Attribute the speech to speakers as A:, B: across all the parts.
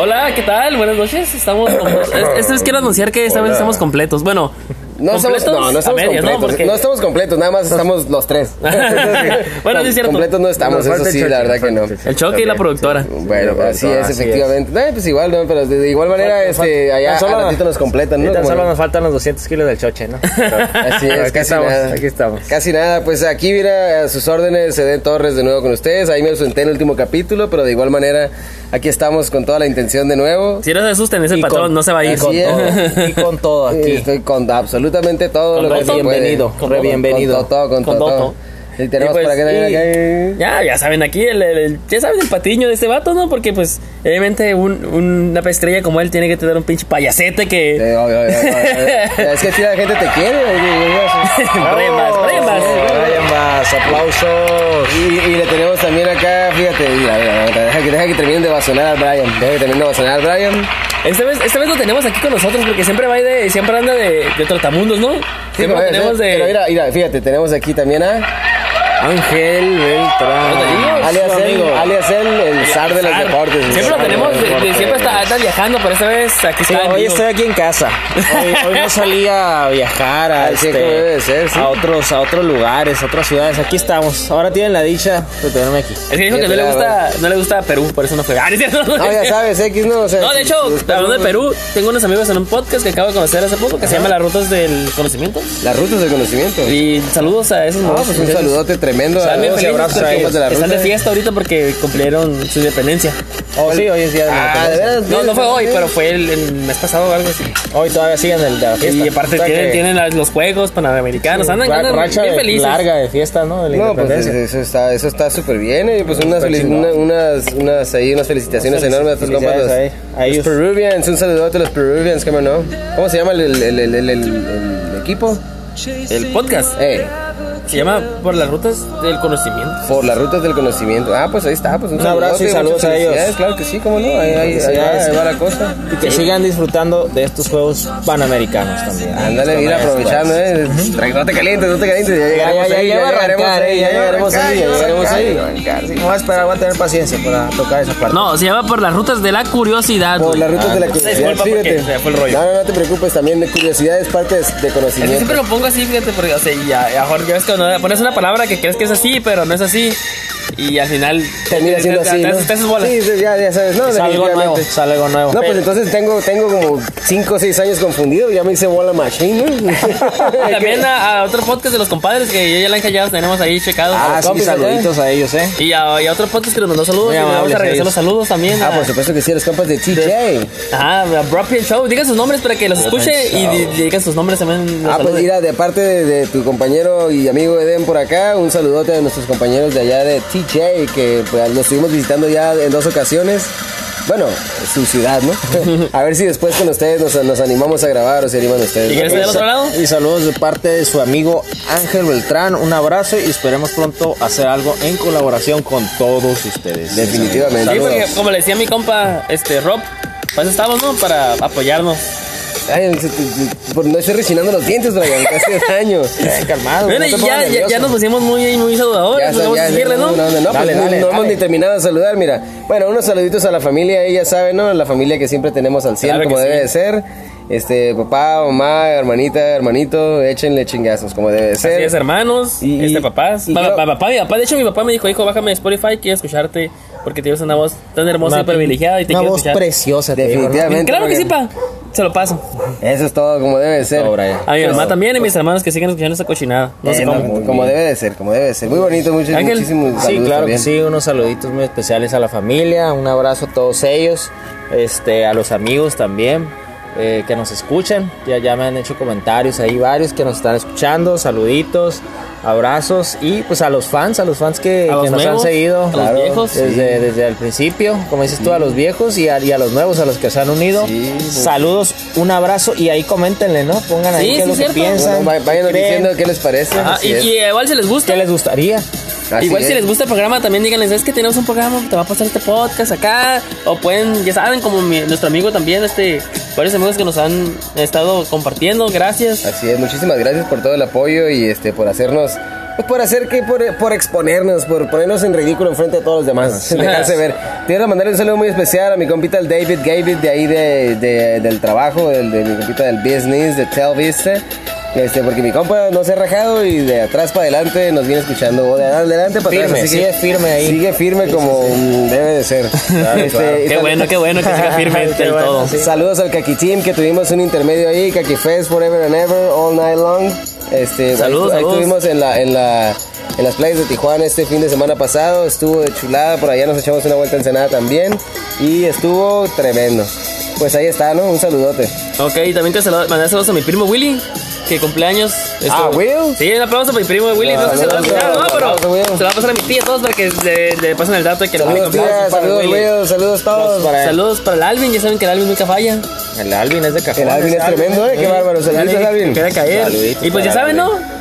A: Hola, ¿qué tal? Buenas noches. Estamos. completos. Es- Esta vez quiero anunciar que esta vez
B: Hola.
A: estamos completos. Bueno,
B: No estamos,
A: completos
B: no, no
A: a
B: estamos
A: medias,
B: completos.
A: Porque-
B: No estamos completos, nada más estamos los tres.
A: Bueno, sí es cierto.
B: Completos no estamos,
C: Nos
B: eso
C: falta el
B: sí,
C: Chucky,
B: la verdad
C: nos
B: que no.
C: falta el Chucky.
A: El choque y la
C: También,
A: productora.
B: Bueno,
C: Pero,
B: así
C: pero,
B: es,
C: así
B: efectivamente. Eh, pues igual, ¿no? Pero de, de igual manera, este, allá
C: Tan solo-
B: al ratito nos completan, ¿no?
C: Y tan
B: Como-
C: solo nos faltan los 200 kilos del choche, ¿no?
B: Así es,
C: Aquí
B: casi
C: estamos,
B: nada.
C: aquí estamos.
B: Casi nada, pues aquí mira a sus órdenes, Eden Torres de nuevo con ustedes. Ahí me ausenté en el último capítulo, pero de igual manera, aquí estamos con toda la intención de nuevo.
A: Si no se asusten, es el
B: Y
A: patrón,
B: con-
A: no se va a ir.
B: así es.
C: y con todo
B: Sí, Eh, Estoy con absolutamente todo
A: Con
B: lo que
A: todo.
B: se puede.
C: Bienvenido,
B: Con
C: re
B: todo,
C: bienvenido.
B: Con todo, con
A: Con
B: todo,
A: todo.
B: todo. Y tenemos
A: Y pues,
B: por acá
A: y-
B: también acá-
A: Ya, ya saben, aquí el, el- el- ya saben el patiño de este vato, ¿no? Porque pues, obviamente, un, un- una estrella como él tiene que tener un pinche payasete que.
B: Sí, obvio, obvio, obvio, obvio. Es que si la gente te quiere. obvio, obvio.
A: Bremas, bremas.
C: Vayan más, aplausos.
B: Y, y le tenemos también acá, fíjate, mira, mira, mira, deja, que, deja que terminen de vacionar a Brian. Deja que terminen de vacionar a Brian.
A: Esta este vez, esta vez lo tenemos aquí con nosotros porque siempre va de, siempre anda de, de trotamundos, ¿no?
B: Sí,
A: Siempre lo
B: pero,
A: tenemos
B: pero
A: de.
B: mira, mira, fíjate, tenemos aquí también a
C: Ángel
A: ¿No te digo?
C: Beltrán.
B: alias
C: su
B: el,
C: amigo.
B: alias el, el zar de los
A: Zar.
B: deportes.
A: Siempre lo
B: Zar de los
A: tenemos, de- de-
B: deportes.
A: siempre está, anda viajando, pero esta vez aquí
C: Sí,
A: está. en
C: hoy
A: vivo.
C: estoy aquí en casa. Hoy, hoy no salí a viajar a,
B: Así
C: este,
B: como debe ser, sí.
C: a otros a otros lugares, a otras ciudades. Aquí estamos. Ahora tienen la dicha de tenerme aquí.
A: Es que dijo que no le gusta, no le gusta Perú, por eso no fue. Ah, no es cierto.
B: No, ya sabes, X no, o sea,
A: No, de hecho,
B: si- si-
A: hablando de Perú, tengo unos amigos en un podcast que acabo de conocer hace poco que se llama Las Rutas del Conocimiento.
B: Las rutas del conocimiento.
A: Y saludos a esos
B: No,
A: muchachos.
B: pues un saludote tremendo.
A: Están bien
B: Saludos y
A: felices
B: abrazos a
A: porque
B: ellos.
A: están de fiesta ahorita porque cumplieron su independencia.
C: Oh, sí, hoy es día de la
B: Ah, de
C: independencia.
B: veras.
A: No, no fue hoy, pero fue el, el mes pasado o algo así. Este,
C: Hoy todavía siguen el de la fiesta.
A: Y aparte
C: O sea
A: tienen,
C: que
A: tienen las- los juegos panamericanos. andan,
C: ra-
A: andan
C: racha
A: bien
C: de-
A: felices.
C: larga de fiesta, ¿no? De la
B: No, pues
C: independencia.
B: eso está, eso está súper bien. Y pues unas,
C: Está
B: felici-
C: chingón.
B: una- unas, unas, ahí, unas felicitaciones
C: Unas
B: enormes a estos compas. Los,
C: felicidades ahí, a
B: los
C: ellos.
B: Peruvians, un saludote a los Peruvians, ¿cómo no? ¿Cómo se llama el, el, el, el, el- el- el equipo?
A: El podcast
B: Eh,
A: se llama Por las Rutas del Conocimiento.
B: por las rutas del conocimiento. Ah, pues ahí está. Pues un,
C: Un abrazo y
B: saludote,
C: saludos
B: muchas
C: a ellos.
B: felicidades, Claro que sí, ¿cómo no? Ahí, ahí- ahí va,
C: Felicidades.
B: ahí va la cosa.
C: Y que sigan disfrutando de estos juegos panamericanos también.
B: Ándale, ir aprovechando, eh. Tra- No te calientes, no te calientes. Ya
C: Ya, ya,
B: llegaremos
C: ya,
B: ahí,
C: ya va a arrancar, eh, ya llegaremos ahí, ya llegaremos ahí.
B: ya llegaremos ahí.
C: No voy a esperar, voy a tener paciencia para tocar esa parte.
A: No, se llama Por las Rutas de la Curiosidad.
B: Por
A: güey. Ah,
B: las rutas de la curiosidad.
A: disculpa porque se fue el rollo.
B: No, no, no te preocupes, también curiosidad es parte de, de
A: Es que siempre
B: conocimiento.
A: lo pongo así, fíjate, porque, o sea, ya, ya, Jorge, ya ves que cuando pones una palabra que crees que es así, pero no es así, y al final
B: Termina siendo
A: te-
B: así,
A: te-
B: ¿no?
A: te- te haces bolas.
B: Sí, sí, ya, ya sabes, no,
C: Es algo nuevo,
B: definitivamente.
C: es algo nuevo.
B: No, pues entonces tengo, tengo como 5 o 6 años confundido, ya me hice bola machine, ¿no? eh,
A: Y Ah, También a, a otro podcast de los compadres que yo y Alan ya los tenemos ahí checados.
C: ah, sí,
B: compis acá.
C: saluditos a ellos, ¿eh?
A: Y a, y a otro podcast que nos mandó saludos.
C: Muy
A: y le vamos
C: amables
A: a regresar
C: ellos.
A: los saludos también.
B: Ah,
A: a-
B: por supuesto que sí, los compas de TJ.
A: Ajá, a Bropian Show. Digan sus nombres para que los escuche y di- digan sus nombres también. los
B: Ah, pues
A: salude.
B: mira, de parte de, de tu compañero y amigo Eden por acá, un saludote a nuestros compañeros de allá de TJ, que pues, lo estuvimos visitando ya en dos ocasiones. Bueno, su ciudad, ¿no? a ver si después con ustedes nos, nos animamos a grabar o se animan ustedes.
A: ¿Y
B: ¿no?
A: quieres del otro lado?
C: Y saludos de parte de su amigo Ángel Beltrán. Un abrazo y esperemos pronto hacer algo en colaboración con todos ustedes.
B: Definitivamente.
A: Sí, porque
B: Saludos.
A: como le decía mi compa, este, Rob, pues estamos, ¿no? Para apoyarnos.
B: Ay, se te- te- por no estoy rechinando los dientes, Brian, casi hace años.
C: Eh, calmado.
A: Bueno,
C: no
A: y
C: te pongas
A: ya, ya, ya
C: nervioso.
A: nos pusimos muy, muy saludadores.
B: Ya
A: nos
B: está,
A: pues vamos
B: ya,
A: a decirle,
B: no,
A: ¿no?
B: no, no, no,
C: Dale,
B: pues, no-
C: dale,
B: no hemos
C: dale.
B: ni terminado de saludar, mira. Bueno, unos saluditos a la familia, ella sabe, ¿no? La familia que siempre tenemos al cielo,
A: Claro que
B: como debe
A: sí.
B: de ser. Este, papá, mamá, hermanita, hermanito, échenle chingazos, como debe de ser.
A: Así es, hermanos,
B: Y-
A: este papás.
B: y
A: Pa-
B: creo-
A: pa- papá, mi papá, de hecho, mi papá me dijo, hijo, bájame de Spotify, quiero escucharte porque tienes una voz tan hermosa y privilegiada y te
C: Una
A: quiero
C: voz
A: escuchar.
C: preciosa, te digo, ¿no?
B: Definitivamente.
A: claro que sí,
B: Brian.
A: pa. Se lo paso.
B: Eso es todo, como debe de ser.
C: No, Brian.
A: A mi mamá también y mis hermanos que siguen escuchando esa cochinada. No sé
B: Eh,
A: cómo.
B: no, como, debe de ser, como debe de ser. Muy bonito, muchos,
A: Ángel,
B: muchísimos saludos
C: Sí, claro
B: también.
C: que sí, unos saluditos muy especiales a la familia, un abrazo a todos ellos, este, a los amigos también eh, que nos escuchan, ya, ya me han hecho comentarios ahí varios que nos están escuchando, saluditos, abrazos y pues a los fans, a los fans que,
A: A los
C: que nos han
A: nuevos,
C: seguido
A: a los
C: claro,
A: viejos.
C: desde, desde el principio, como dices tú, a los viejos y a, y a los nuevos, a los que se han unido,
B: Sí, muy
C: saludos, un abrazo y ahí coméntenle, ¿no? Pongan ahí
A: Sí,
C: qué es
A: sí,
C: lo que
A: cierto.
C: piensan,
B: Bueno, va- váyanos
C: qué creen,
B: diciendo qué les parece.
A: Ajá,
B: así
A: Ah, y,
B: es.
A: y igual se les gusta.
C: qué les gustaría.
B: Así
A: Igual si
B: es.
A: les gusta el programa, también díganles, es que tenemos un programa, te va a pasar este podcast acá. O pueden, ya saben, como mi- nuestro amigo también, este, varios amigos que nos han estado compartiendo, gracias.
B: Pues, Así es, muchísimas gracias por todo el apoyo y este por hacernos pues, por hacer que por, por exponernos, por ponernos en ridículo enfrente de todos los demás, sin dejarse ver. Te Quiero mandarle un saludo muy especial a mi compita el David David de ahí de, de- del trabajo, del, de mi compita del business, de Tel Vista. Este, porque mi compa no se ha rajado y de atrás para adelante nos viene escuchando. O de adelante para
C: Firme,
B: atrás. así
C: sigue firme ahí.
B: Sigue firme como mm, debe de ser. Este, y
A: Qué
B: sal-
A: bueno, qué bueno que siga firme
C: Qué
A: del
C: bueno,
A: todo.
C: sí.
B: Saludos al Kaki Team que tuvimos un intermedio ahí, Kaki Fest Forever and Ever, All Night Long. Este,
A: Saludos,
B: ahí, ahí
A: saludos.
B: estuvimos en la, en la en las playas de Tijuana este fin de semana pasado, estuvo de chulada, por allá nos echamos una vuelta en Senada también y estuvo tremendo. Pues ahí está, ¿no? Un saludote.
A: Ok, y también te saludo, mandar saludos a mi primo Willy, que cumpleaños.
B: Ah, Will.
A: Sí, un aplauso para mi primo Willy. No, sé si se lo va a
B: Saludos,
A: pasar, no,
B: aplauso,
A: pero
B: Will.
A: se lo va a pasar a mi tía todos para que le, le pasen el dato de que el
B: Saludos,
A: Alvin-
B: tía, saludos, Will, saludos todos.
C: Para él.
A: Saludos para el Alvin, ya saben que el Alvin nunca falla.
C: El Alvin es de cajón.
B: El Alvin
C: ese
B: es tremendo, ¿eh? Qué bárbaro. Saludos,
A: Alvin,
B: Alvin.
A: Queda caer.
C: Saluditos
A: y pues ya
C: para
A: saben, ¿no?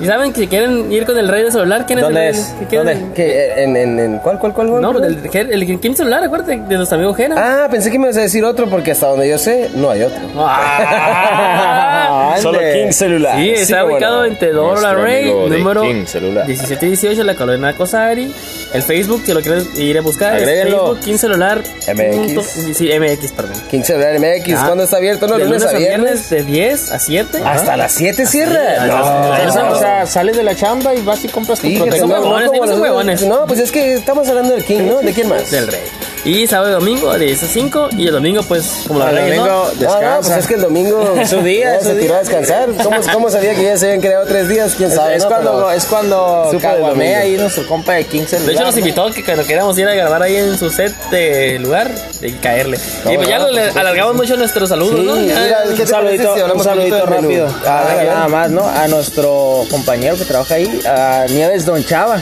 A: Ya saben que si quieren ir con el rey de celular, ¿quién
C: ¿Dónde
A: es el
C: es?
A: que quieren-
C: ¿Dónde?
B: ¿Qué? ¿En, en, en cuál, cuál, cuál? cuál?
A: No, pues pero el, el, el Kim celular, acuérdate, de nuestro amigo Jena.
B: Ah, pensé que me ibas a decir otro porque hasta donde yo sé, no hay otro.
A: Ah.
C: Solo
B: Ande.
C: King celular.
A: Sí, está
C: cómo
A: ubicado
C: no.
A: en Teodoro
C: Nuestro
A: Rey,
C: amigo de
A: número
C: King celular.
A: 1718, la colonia Cosari. El Facebook, si lo quieren ir a buscar, es
C: Agréguenlo.
A: Facebook King Celular.
B: MX.
A: punto- sí, MX, perdón.
B: King Celular MX,
A: Ah.
B: ¿cuándo está abierto? No,
A: de
B: lunes, a viernes.
A: de 10 a 7.
C: Ah.
B: Hasta las 7 cierra.
A: Hasta las-
B: No,
A: hasta
C: O
A: las-
C: sea, sales de la chamba y vas y compras tu
B: fíjate,
A: son
B: no,
C: protección.
A: huevones,
B: no como
A: son
B: nosotros.
A: huevones.
B: No, pues es que estamos hablando del King, ¿no? ¿De quién más?
A: del Rey. Y sábado y domingo de 10 a 5. Y el domingo, pues, como la
C: El
A: regla,
C: domingo
A: ¿no?
B: No, no, pues
C: descansa.
B: es que el domingo
C: Es su día,
B: ya
C: es su
B: se
C: día.
B: tiró a descansar. ¿Cómo, cómo sabía que ya se habían creado tres días? ¿Quién
C: Es-
B: sabe?
C: Es
B: no?
C: cuando,
B: Pero-
C: es cuando
B: Supe del
C: caguamé
B: domingo.
C: ahí nuestro compa de King celular.
A: De hecho, nos
C: ¿no?
A: invitó que cuando queramos ir a grabar ahí en su set de lugar, de caerle. Y pues ya
B: no,
A: lo- le- alargamos mucho nuestros saludos,
B: Sí,
A: ¿no? Ya-
B: mira, ¿qué
C: un
B: te parece
C: saludito,
B: si
C: un
B: hablamos
C: saludito
B: poquito del menú?
C: rápido.
B: Ah,
C: Ah,
B: a ver.
C: nada más, ¿no? A nuestro compañero que trabaja ahí, a Nieves Don Chava.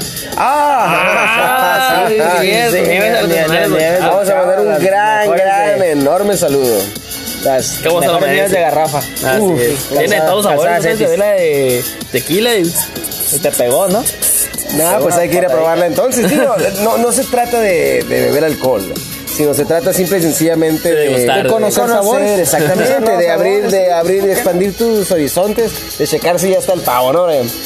A: Ah,
B: sí, sí,
A: es,
C: sí,
A: Nieves,
C: Nieves,
A: Nieves,
C: Nieves,
A: Nieves.
C: Nieves.
B: Vamos a mandar un
C: Las
B: gran,
C: mejores
B: gran,
C: de-
B: enorme saludo.
C: Las
A: ¿Cómo se lo
C: mejores Nieves
A: merece?
C: de garrafa.
A: Así
C: Uf,
A: es. Tiene de
C: casadas-
A: todos sabores.
C: casadas
A: ¿no?
C: X.
A: Se ve la de tequila y...
C: Y te pegó, ¿no?
B: No, pues hay que ir a probarla entonces. Digo, no, no se trata de, de beber alcohol, sino se trata simple y sencillamente
A: De
B: de,
A: degustar, de
B: conocer
C: conocer
B: sabores.
C: sabores.
B: Exactamente, de abrir, de abrir, de expandir tus horizontes, de checar si ya está el pavo, ¿no? Brian?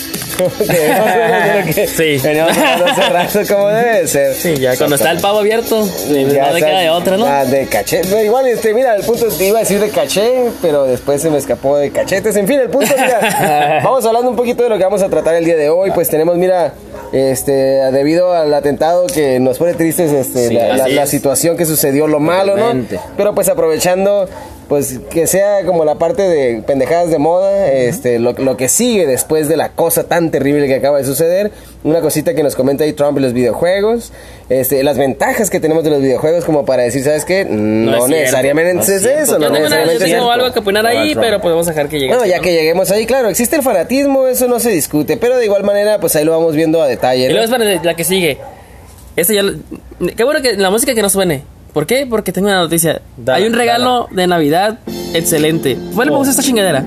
B: Que eso es lo que
A: Sí.
B: Veníamos hablando hace rato como debe de ser.
C: Sí, ya
A: Cuando está el pavo abierto,
B: Ya
A: no le queda
B: sabes,
A: de otra, ¿no?
B: ah, de caché. Pero igual, este, mira, el punto iba a decir de caché, pero después se me escapó de cachetes. En fin, el punto, mira. vamos hablando un poquito de lo que vamos a tratar el día de hoy. Pues tenemos, mira, este, debido al atentado que nos pone tristes, este,
C: Sí,
B: la, la-
A: así
B: la
A: es.
B: situación que sucedió, lo malo, ¿no?
C: Totalmente.
B: Pero pues aprovechando, pues que sea como la parte de pendejadas de moda, este, lo, lo que sigue después de la cosa tan terrible que acaba de suceder, una cosita que nos comenta ahí Trump y los videojuegos, este, las ventajas que tenemos de los videojuegos como para decir, ¿sabes qué? No,
A: es cierto.
B: necesariamente
A: No es
B: es,
A: cierto.
B: eso,
A: Yo
B: no
A: tengo, una- yo
B: necesariamente es
A: tengo
B: eso.
A: algo que opinar ahí, pero pues vamos a dejar que llegue.
B: Bueno,
A: así,
B: ya
A: ¿no?
B: que lleguemos ahí, claro, existe el fanatismo, eso no se discute, pero de igual manera, pues ahí lo vamos viendo a detalle.
A: Y
B: ¿no?
A: luego espérate, la que sigue. Esa ya. lo- Qué bueno que la música que nos suene. ¿Por qué? Porque tengo una noticia.
C: Dala,
A: Hay un regalo de Navidad excelente. Bueno, vamos a esta chingadera.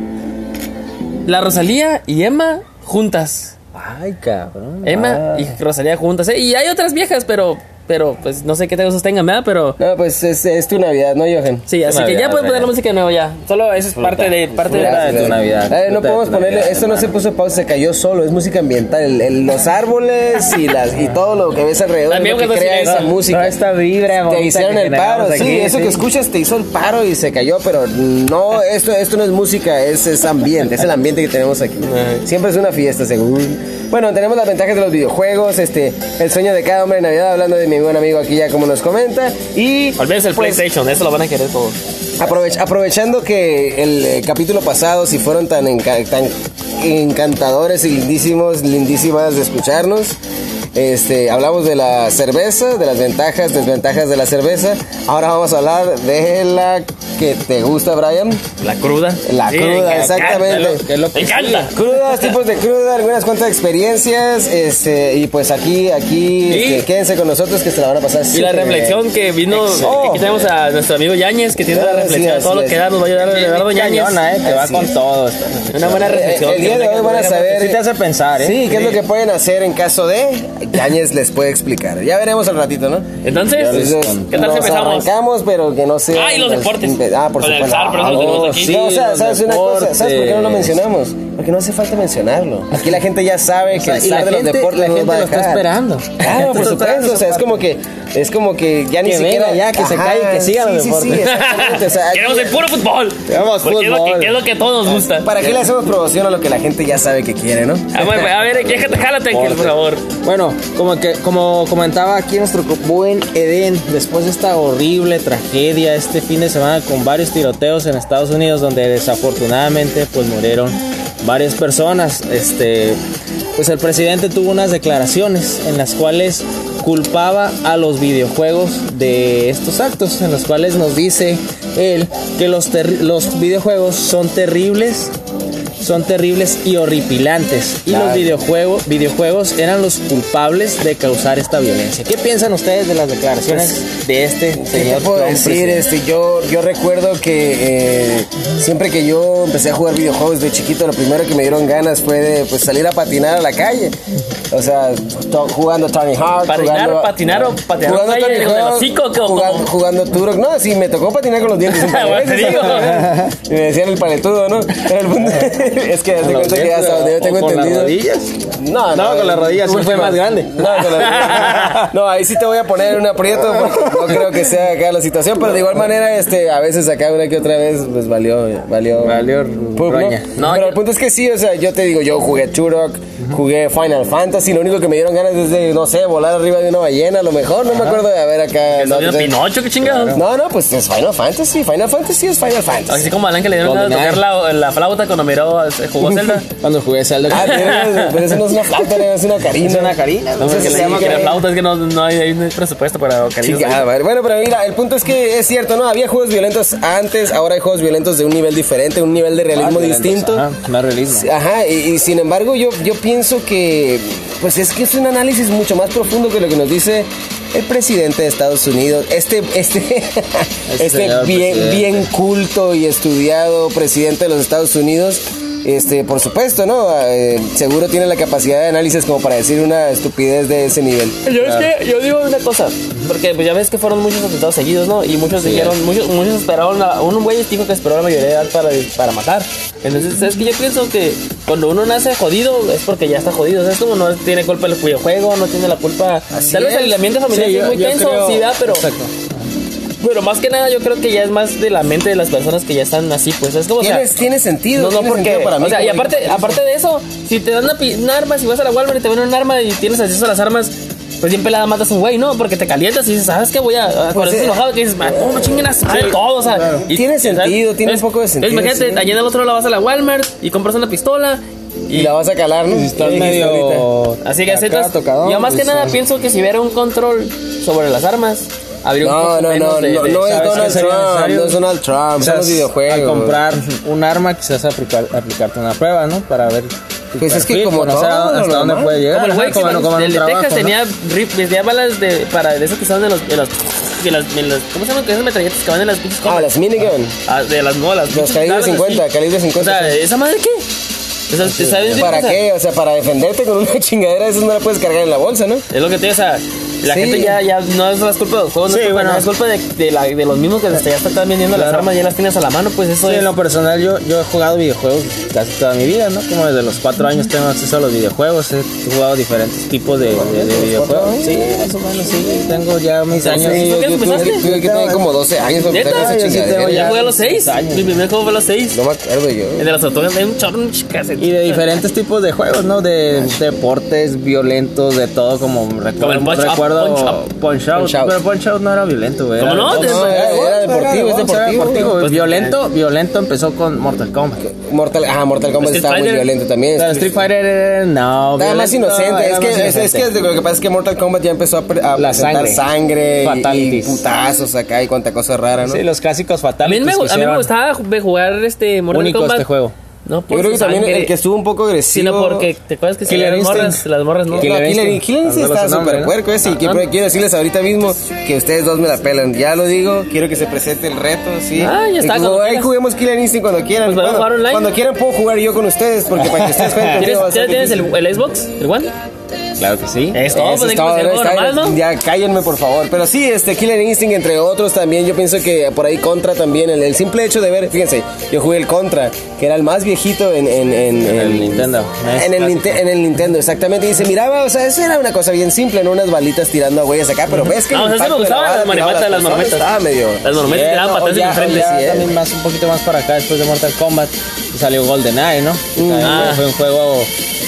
A: La Rosalía y Emma juntas.
C: Ay, cabrón. Ah.
A: Emma y Rosalía juntas. ¿eh? Y hay otras viejas, pero. Pero, pues no sé qué cosas tengan, ¿verdad? Pero.
B: No, pues es, es tu Navidad, ¿no, Johan?
A: Sí, así que
C: Navidad,
A: ya pueden poner la
C: venga.
A: música de nuevo ya. Solo esa es parte de. Parte de
C: disfruta.
A: la-
C: de tu Navidad.
B: Eh, no
C: Disfruta de
B: podemos
C: tu
B: ponerle,
C: Navidad,
B: esto no se puso pausa, se cayó solo, es música ambiental, el- el- los árboles y las y todo lo que ves alrededor es
A: También
B: lo que
A: cuando
B: crea
A: se-
B: esa
A: no,
B: música.
C: Toda esta vibra
B: te
C: bonita
B: hicieron
C: que
B: el paro,
C: generamos
B: sí,
C: aquí,
B: eso
C: sí.
B: que escuchas te hizo el paro y se cayó, pero no, esto esto no es música, es, es ambiente, es el ambiente que tenemos aquí. Siempre es una fiesta, según. Bueno, tenemos las ventajas de los videojuegos, este, el sueño de cada hombre de Navidad, hablando de mi buen amigo aquí ya como nos comenta, y...
A: Olvídense el
B: pues,
A: PlayStation, eso lo van a querer todos.
B: Aprovech- aprovechando que el eh, capítulo pasado, si fueron tan, enca- tan encantadores y lindísimos, lindísimas de escucharnos, este, hablamos de la cerveza, de las ventajas, desventajas de la cerveza. Ahora vamos a hablar de la que te gusta, Brian.
A: La cruda.
B: La
A: Sí,
B: cruda,
A: me encanta,
B: exactamente.
A: lo- que es lo que- Me encanta.
B: Crudas, tipos de cruda, algunas cuantas experiencias. Este, y pues aquí, aquí,
A: Sí.
B: este, quédense con nosotros que se la van a pasar.
A: Y la
B: súper bien.
A: reflexión que vino,
B: Excelente.
A: aquí tenemos a nuestro amigo Yáñez, que tiene
B: Ah,
A: una
B: sí,
A: reflexión de
B: así
A: todo lo
B: es.
A: que da, nos va a ayudar Eduardo Yáñez.
C: Cañona, eh, que va con todo. esto.
A: Una buena
B: Eh,
A: reflexión.
B: El día de hoy van a
C: Sí
B: saber.
C: te hace pensar, ¿eh?
B: Sí, qué es lo que pueden hacer en caso de Yañez les puede explicar. Ya veremos al ratito, ¿no?
A: Entonces,
B: Entonces,
A: ¿qué tal si
B: nos
A: empezamos?
B: arrancamos, pero que no sea.
A: Ah, y los deportes.
B: Ah, por
A: Para
B: supuesto.
A: empezar, por eso
B: Ah,
A: los tenemos
B: no,
A: aquí.
B: sí, o sea,
C: los
B: ¿sabes una cosa? ¿Sabes por qué no lo
C: deportes.
B: mencionamos? Porque no hace falta mencionarlo. Aquí la gente ya sabe que
C: sea, y
B: el zar
C: la
B: de los
C: gente-
B: deportes
C: la
B: nos
C: gente
B: va a
C: lo está
B: dejar.
C: esperando.
B: Claro, por
C: Está
B: supuesto.
C: esperando
B: O sea, es
C: esa
B: como que, es como que ya ni
C: Que venga
B: siquiera.
C: ya, que se
B: Ajá,
C: calle, que siga los
B: sí, sí, sí,
C: deportes.
B: exactamente. O sea, aquí-
A: Queremos el puro fútbol.
C: Queremos
A: Porque es lo que-
C: fútbol.
A: que es lo que a todos nos gusta.
B: ¿Para qué le hacemos promoción a lo que la gente ya sabe que quiere, no?
A: A ver, pues, a ver, déjate, jálate, Ángel, por favor.
C: Bueno, como que como comentaba aquí nuestro co- buen Edén, después de esta horrible tragedia este fin de semana con varios tiroteos en Estados Unidos donde desafortunadamente pues murieron varias personas, este pues el presidente tuvo unas declaraciones en las cuales culpaba a los videojuegos de estos actos en los cuales nos dice él que los terri- los videojuegos son terribles son terribles y horripilantes. Y
B: Claro.
C: los videojuego- videojuegos eran los culpables de causar esta violencia. ¿Qué piensan ustedes de las declaraciones
A: Pues,
C: de este
B: ¿Qué te
C: señor?
B: puedo
C: Trump,
B: decir?
C: presidente?
B: Este, yo, yo recuerdo que eh, siempre que yo empecé a jugar videojuegos de chiquito, lo primero que me dieron ganas fue de pues, salir a patinar a la calle. O sea, to- jugando Tony Hawk,
A: Patinar,
B: jugando,
A: patinar o patinar
B: jugando
A: en la calle,
B: Tony
A: con el
B: Hawk,
A: hocico, ¿qué? ¿O
B: jugando,
A: cómo?
B: jugando Turok. No, sí, me tocó patinar con los dientes. un par de
A: Bueno, te
B: veces.
A: digo.
B: y me decían el paletudo, ¿no? Pero el punto es que
C: ¿Con
B: hace
C: los
B: cuenta que
C: dientes
B: hasta
C: o-
B: donde yo
C: o
B: tengo
C: con las
B: entendido.
C: rodillas?
B: No,
C: No, con las rodillas sí fue más grande.
B: No, con las rodillas. No, ahí sí te voy a poner en un aprieto porque no creo que sea acá la situación, pero de igual manera, este, a veces acá una que otra vez, pues valió, valió.
C: Valió
B: Pup, ¿no?
C: roña.
A: No,
B: pero
A: yo-
B: el punto es que sí, o sea, yo te digo, yo jugué Turok, jugué Final Fantasy, lo único que me dieron ganas es de, no sé, volar arriba de una ballena, a lo mejor, no me acuerdo de haber acá.
A: Nos
B: No,
A: vino Pinocho, qué chingados.
B: no, no, pues es Final Fantasy, Final Fantasy es
A: Ah,
B: Final Fantasy.
A: Así como al Ángel le dieron ganas de tocar la, la flauta cuando miró, eh, jugó Zelda.
C: Cuando jugué Zelda.
B: Ah, pero- pero eso no es una flauta, no, es una carina.
C: Es una carina, no
B: Eso
C: sé
A: Que
B: sí,
A: le llama que
B: que-
A: la flauta es que no, no, hay, hay presupuesto para ocarinas.
B: Chingada madre. ah, Bueno, pero mira, el punto es que es cierto, ¿no? Había juegos violentos antes, ahora hay juegos violentos de un nivel diferente, un nivel de realismo distinto.
C: Ah, Ajá, más realismo.
B: Ajá, y, y sin embargo yo, yo pienso que pues es que es un análisis mucho más profundo que lo que nos dice el presidente de Estados Unidos, este, este, este,
C: señor
B: bien,
C: presidente.
B: bien culto y estudiado presidente de los Estados Unidos. Este, por supuesto, ¿no? Eh, seguro tiene la capacidad de análisis como para decir una estupidez de ese nivel.
A: Yo, es que, yo digo una cosa, porque pues ya ves que fueron muchos atentados seguidos, ¿no? Y muchos dijeron, muchos, muchos esperaron, a, un güey dijo que esperó la mayoría de edad para, para matar. Entonces, es que yo pienso que cuando uno nace jodido es porque ya está jodido. O sea, es como no tiene culpa el videojuego, no tiene la culpa.
B: Así
A: Tal vez
B: es.
A: el ambiente familiar
C: Sí,
A: sí es
C: yo-
A: muy
C: yo
A: tenso,
C: creo-
A: sí, da, pero.
C: Exacto.
A: Pero más que nada, yo creo que ya es más de la mente de las personas que ya están así, pues. Es como. o sea,
B: Tienes- tiene sentido.
A: no, no,
B: tiene
A: porque.
B: sentido para mí
A: o sea, y
B: como-
A: aparte, aparte de eso, si te dan una, pi- un arma, si vas a la Walmart y te ven un arma y tienes acceso a las armas, pues bien pelada matas a un güey, ¿no? Porque te calientas y dices, ¿sabes qué? Voy a. a- cuando
B: Pues,
A: estás
B: eh,
A: enojado, que dices, "Ma, ¿cómo chinguen a madre todo? O sea, y-
B: Tiene
A: ¿sabes?
B: sentido, tiene
A: Entonces,
B: un poco de sentido,
A: Imagínate,
B: sí.
A: allá del otro lado vas a la Walmart y compras una pistola
B: Y la vas a calar, ¿no?
C: Está
B: Sí, ahorita.
C: medio.
A: Así que
C: acá
A: entonces,
C: tocadón,
A: yo más que
C: pues,
A: nada
C: sí.
A: pienso que si hubiera un control sobre las armas, habría un
B: No,
A: poco
B: no,
A: menos
B: no, no,
A: de, de-
B: no es
C: ¿sabes qué
B: Donald
C: sería
B: Trump,
C: necesario?
B: no es Donald Trump, son los
C: Quizás
B: videojuegos.
C: Al comprar un arma, quizás aplicar, aplicarte una prueba, ¿no? Para ver. tu
B: Pues es que
C: perfil,
B: como
C: conocer a-
B: todo,
C: hasta
B: lo
C: dónde
B: normal.
C: puede llegar.
A: Como el
C: ajá,
A: güey que
C: en-
A: el
C: como en un
A: de
C: trabajo,
A: Texas
C: ¿no?
A: tenía, rip, tenía balas de, para, de esas que son de los, de los, de las, de las- ¿cómo se llaman? Que esas metralletas que van en las pinches
B: Ah,
A: comas.
B: las minigun.
A: Ah, de las no, las
B: Los
A: pinches
B: calibre
A: balas
B: 50,
A: así.
B: calibre
A: O
B: 50.
A: sea, ¿esa madre qué? O sea, ¿te ¿sabes?
B: ¿Para
A: O sea,
B: qué? O sea, para defenderte con una chingadera, eso no la puedes cargar en la bolsa, ¿no?
A: Es lo que te digo, o sea, la
B: Sí.
A: gente ya, ya no es la culpa de los juegos, no
C: Sí,
A: es culpa,
C: bueno.
A: no es culpa de, de, la- de los mismos que te- ya están vendiendo las
C: Claro.
A: armas, ya las tienes a la mano, pues eso
C: Sí,
A: es.
C: en lo personal yo, yo he jugado videojuegos casi toda mi vida, ¿no? Como desde los cuatro años tengo acceso a los videojuegos, he jugado diferentes tipos de, de- de videojuegos. Sí, más o menos, sí, tengo ya mis años.
A: sí,
B: yo,
A: ¿tú qué
B: yo,
A: empezaste?
B: tuve- tuve que tener como 12 años para empezar
A: ¿Neta?
B: con esa
A: Yo
C: sí
B: chingadera.
C: tengo
A: Yo
C: ya
A: jugué a los 6,
C: 16 años.
A: mi primer juego fue a los 6.
B: No me acuerdo yo.
A: El de las autogas, hay un chorro, chicas.
C: Y de diferentes tipos de juegos, ¿no? De deportes violentos, de todo, como
A: Como el
C: recuerdo.
A: punch up,
C: recuerdo
A: punch up.
C: Punch Out.
B: Punch out.
C: Pero Punch Out no era violento, güey.
A: ¿Cómo
C: era-
A: no?
B: No, era, era deportivo, es
C: era
B: deportivo.
C: deportivo, güey.
A: Pues,
C: violento, violento empezó con Mortal Kombat.
B: Mortal, ah, Mortal Kombat
A: Street
B: estaba muy
A: Fighter.
B: violento también.
C: Pero Street Fighter era- no.
B: Nada más
C: violento,
B: inocente.
C: era
B: Es que,
C: más
B: es, es que
C: inocente.
B: lo que pasa es que Mortal Kombat ya empezó a, pre- a
C: La
B: presentar
C: sangre.
B: sangre, y- y,
C: Fatalities.
B: putazos acá y cuánta cosa rara, ¿no?
C: Sí, los clásicos
A: A mí,
C: fatales. pues
A: me, a mí me gustaba ju- jugar este Mortal
C: Único
A: Kombat.
C: este juego.
A: No, pues,
B: Yo
A: por su
B: creo que también
A: sangre,
B: el que estuvo un poco agresivo.
A: Sino porque te acuerdas que si
C: Killer
A: las
C: Instinct.
A: morras, las morras no.
B: No, Killer,
C: Killer
B: Killer,
C: Instinct.
B: Instinct
C: Algo
B: está
C: de su nombre,
B: súper
C: ¿no?
B: puerco ese. Y que- pero quiero decirles ahorita mismo que ustedes dos me la pelan. Ya lo digo, quiero que se presente el reto, sí.
A: Ah, ya está,
B: Y
A: cuando
B: como, ahí
A: quieras.
B: juguemos Killer Instinct cuando quieran.
A: Pues, ¿podemos
B: Bueno,
A: jugar online?
B: Cuando quieran puedo jugar yo con ustedes, porque para que ustedes jueguen conmigo
A: ¿Tienes,
B: va a ser
A: ¿Tienes el,
B: difícil.
A: el Xbox? ¿El One?
B: claro que sí. Este,
A: Es todo,
B: Eh, Eso
A: pues,
B: es
A: hay que
B: todo,
A: hacer
B: ¿no?
A: algo
B: Está-
A: normal, ¿no?
B: Ya cállenme, por favor. Pero sí, este Killer Instinct, entre otros también, yo pienso que por ahí Contra también. El, el simple hecho de ver, fíjense, yo jugué el Contra, que era el más viejito en, en, en,
C: En el
B: en-
C: Nintendo.
B: En el,
C: Clásico.
B: Ninte- en el Nintendo, exactamente. Y se miraba, o sea, eso era una cosa bien simple, no unas balitas tirando a güeyes acá, pero ves que. el
A: No, o sea, eso me
B: impacto de la
A: gustaba,
B: bala
A: las
B: tiraba a
A: marometas, las
B: personas,
A: marometas.
B: Estaba medio.
A: Las marometas
C: Sí,
A: te daban
C: no,
A: patadas
C: o
A: en
C: ya-
A: el frente.
C: o ya
B: sí, eh.
C: también más, un poquito más para acá, después de Mortal Kombat, salió GoldenEye, ¿no? También
A: Ah.
C: Fue un juego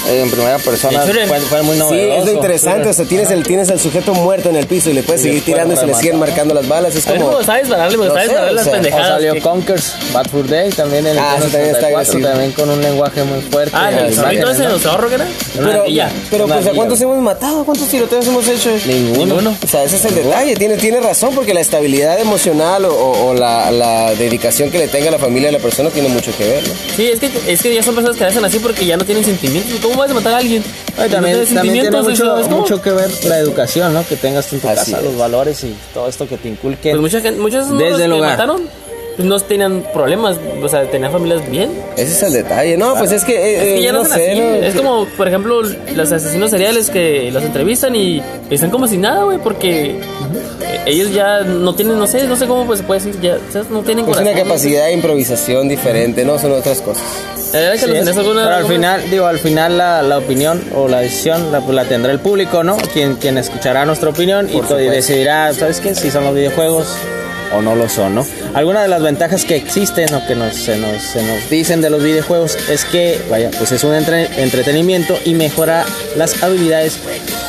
C: eh, en primera persona,
A: El shooter.
C: fue, fue muy
B: Sí,
C: novedoso.
B: es lo interesante, o sea, tienes, el, tienes al sujeto muerto en el piso y le puedes
C: le
B: seguir
C: puedes
B: tirando y se le
C: rematar.
B: siguen marcando las balas. Es
A: A mí me
B: como.
A: gustaba dispararle, me
B: No
A: gustaba
B: sé,
A: disparar
B: o
A: las
B: sea, o
C: O
A: pendejadas.
C: salió
A: que-
C: Conkers, Bad Fur Day, también en el
B: Ah,
C: Nintendo
B: eso también está
C: 64,
B: agresivo.
C: también con un lenguaje muy fuerte.
A: Ah,
C: de
A: del
C: las
A: zorrito
C: imágenes,
A: ese,
C: ¿no?
A: del zorro, ¿qué era?
C: Una
A: Pero-
C: ardilla.
B: Pero pues,
C: Una
B: ¿a
C: ardilla,
B: cuántos
C: güey.
B: hemos matado? ¿Cuántos tiroteos hemos hecho?
C: Ninguno.
B: O sea, ese es el detalle. Tiene, tiene razón porque la estabilidad emocional o, o- o la, la dedicación que le tenga la familia a la persona tiene mucho que ver, ¿no?
A: Sí, es que, es que ya son personas que hacen así porque ya no tienen sentimientos. ¿Cómo vas a matar a alguien? Si
C: Ay,
A: no
C: también,
A: tienes
C: también tiene
A: sentimientos, eso
C: mucho,
A: es como-
C: mucho que ver la educación, ¿no? Que tengas tú en tu
B: Así
C: casa
B: es.
C: los valores y todo esto que te inculquen.
A: Pues mucha gente, muchos de esos
C: Desde
A: morros
C: el
A: que
C: hogar.
A: mataron pues, no tenían problemas, o sea, tenían familias bien.
B: Ese es el detalle. No, pues es que, eh,
A: Es que
B: eh,
A: ya
B: no
A: no hacen
B: sé,
A: así.
B: ¿no?
A: Es como, por ejemplo, los asesinos seriales que los entrevistan y están como sin nada, güey, porque eh, ellos ya no tienen, no sé, no sé cómo pues, se puede decir, ya o sea, no tienen
B: Es
A: corazón.
B: una Pues capacidad de improvisación diferente, ¿no? Son otras cosas.
A: La verdad es que
C: Así
A: los
C: es.
A: tenés alguna-
C: Pero al
A: alguna-
C: final, digo, al final la, la opinión o la decisión la, pues, la tendrá el público, ¿no? Quien, quien escuchará nuestra opinión y, to- y decidirá, ¿sabes qué? Si son los videojuegos o no lo son, ¿no? Alguna de las ventajas que existen o que nos, se, nos, se nos dicen de los videojuegos es que, vaya, pues es un entre- entretenimiento y mejora las habilidades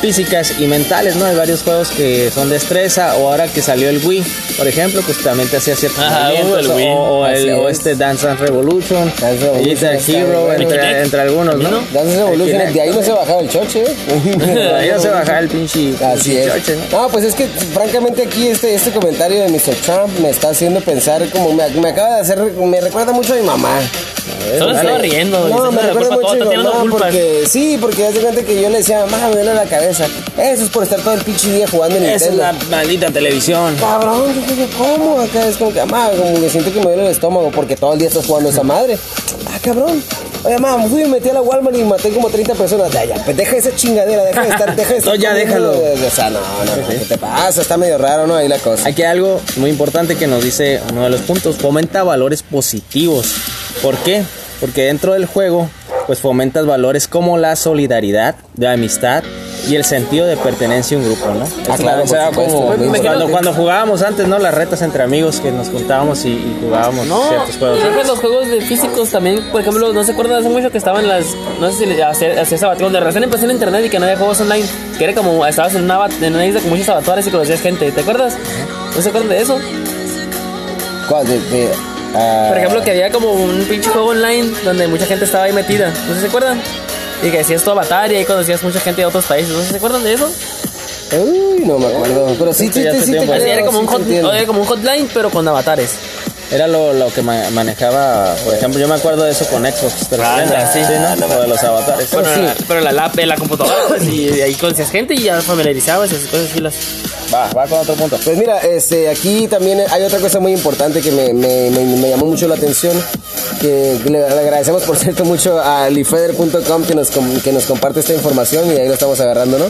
C: físicas y mentales, ¿no? Hay varios juegos que son destreza o ahora que salió el Wii, por ejemplo, pues también te hacía ciertos
A: Ajá, hubo el
C: movimientos,
A: Wii.
C: o, o el-
B: Así
C: o
B: es.
C: este Dance Dance Revolution,
B: Dance Revolution
C: Guitar
B: está
C: Hero,
B: bueno.
C: entre,
A: Kinect.
C: entre algunos, ¿no?
B: Dances Revolution,
C: Kinect,
B: de ahí no se bajaba el choche, ¿eh?
C: Ahí no se bajaba el pinche.
B: Así
C: pinche
B: es.
C: choche, ¿no?
B: No, pues es que francamente aquí este, este comentario de Mr. Trump me está haciendo pensar como me, me acaba de hacer, me recuerda mucho a mi mamá.
A: Solo
B: Dale.
A: estaba riendo, güey.
B: No, me recuerda mucho a mi
A: tienen
B: mamá
A: culpa.
B: porque sí, porque hace cuenta que yo le decía, mamá, me duele la cabeza. Eso es por estar todo el pinche día jugando en
C: Esa es
B: Nintendo.
C: la maldita televisión.
B: Cabrón, yo dije, ¿cómo? Acá es como que, mamá, como que siento que me duele el estómago porque todo el día estás jugando a esa madre. Ah, cabrón. Oye, mamá, fui y me metí a la Walmart y maté como 30 personas. Ya, ya, pues deja esa chingadera, deja de estar, deja de estar.
C: No, ya
B: comiendo-
C: déjalo.
B: O sea, no, no, no, ¿qué te pasa? Está medio raro, ¿no? Ahí la cosa.
C: Aquí hay algo muy importante que nos dice uno de los puntos. Fomenta valores positivos. ¿Por qué? Porque dentro del juego, pues fomentas valores como la solidaridad, la amistad y el sentido de pertenencia a un grupo,
B: Ah,
C: ¿no? Eso
B: claro,
C: también se
B: por
C: da
B: supuesto,
C: como-
B: muy
C: cuando,
B: importante.
C: cuando jugábamos antes, ¿no? Las retas entre amigos que nos juntábamos y, y jugábamos
A: No,
C: ciertos juegos.
A: creo que los juegos de físicos también, por ejemplo, no se acuerdan hace mucho que estaban las, no sé si le hacía hacía sabat- cuando recién empecé en internet y que no había juegos online, que era como, estabas en una, bat- en una isla con muchos avatares y conocías gente, ¿te acuerdas? ¿No se acuerdan de eso?
B: ¿Cuál? De, de, ah,
A: Por ejemplo, que había como un pinche juego online donde mucha gente estaba ahí metida, ¿no se acuerdan? Y que decías tu avatar y ahí conocías mucha gente de otros países, ¿no se acuerdan de eso?
B: Uy, no me acuerdo. Pero sí, sí,
C: ya
B: sí,
C: hace
B: sí, te
C: tiempo.
B: creo,
A: Así era ¿eh? como,
B: sí
A: un
B: te
A: hot-
B: entiendo.
A: era como un hotline, pero con avatares.
C: Era lo, lo que ma- manejaba, por ejemplo, yo me acuerdo de eso con Xbox 360,
A: Ah, sí.
C: ¿no? Lo de los avatares.
A: Pero,
B: sí.
A: la, pero la lap, la computadora, pues, y ahí conocías gente y ya familiarizabas y esas cosas y las...
C: Va, va con otro punto.
B: Pues mira, este, aquí también hay otra cosa muy importante que me, me- me- me llamó mucho la atención, que le, le agradecemos por cierto mucho a lifeder.com que nos, com- que nos comparte esta información y ahí lo estamos agarrando, ¿no?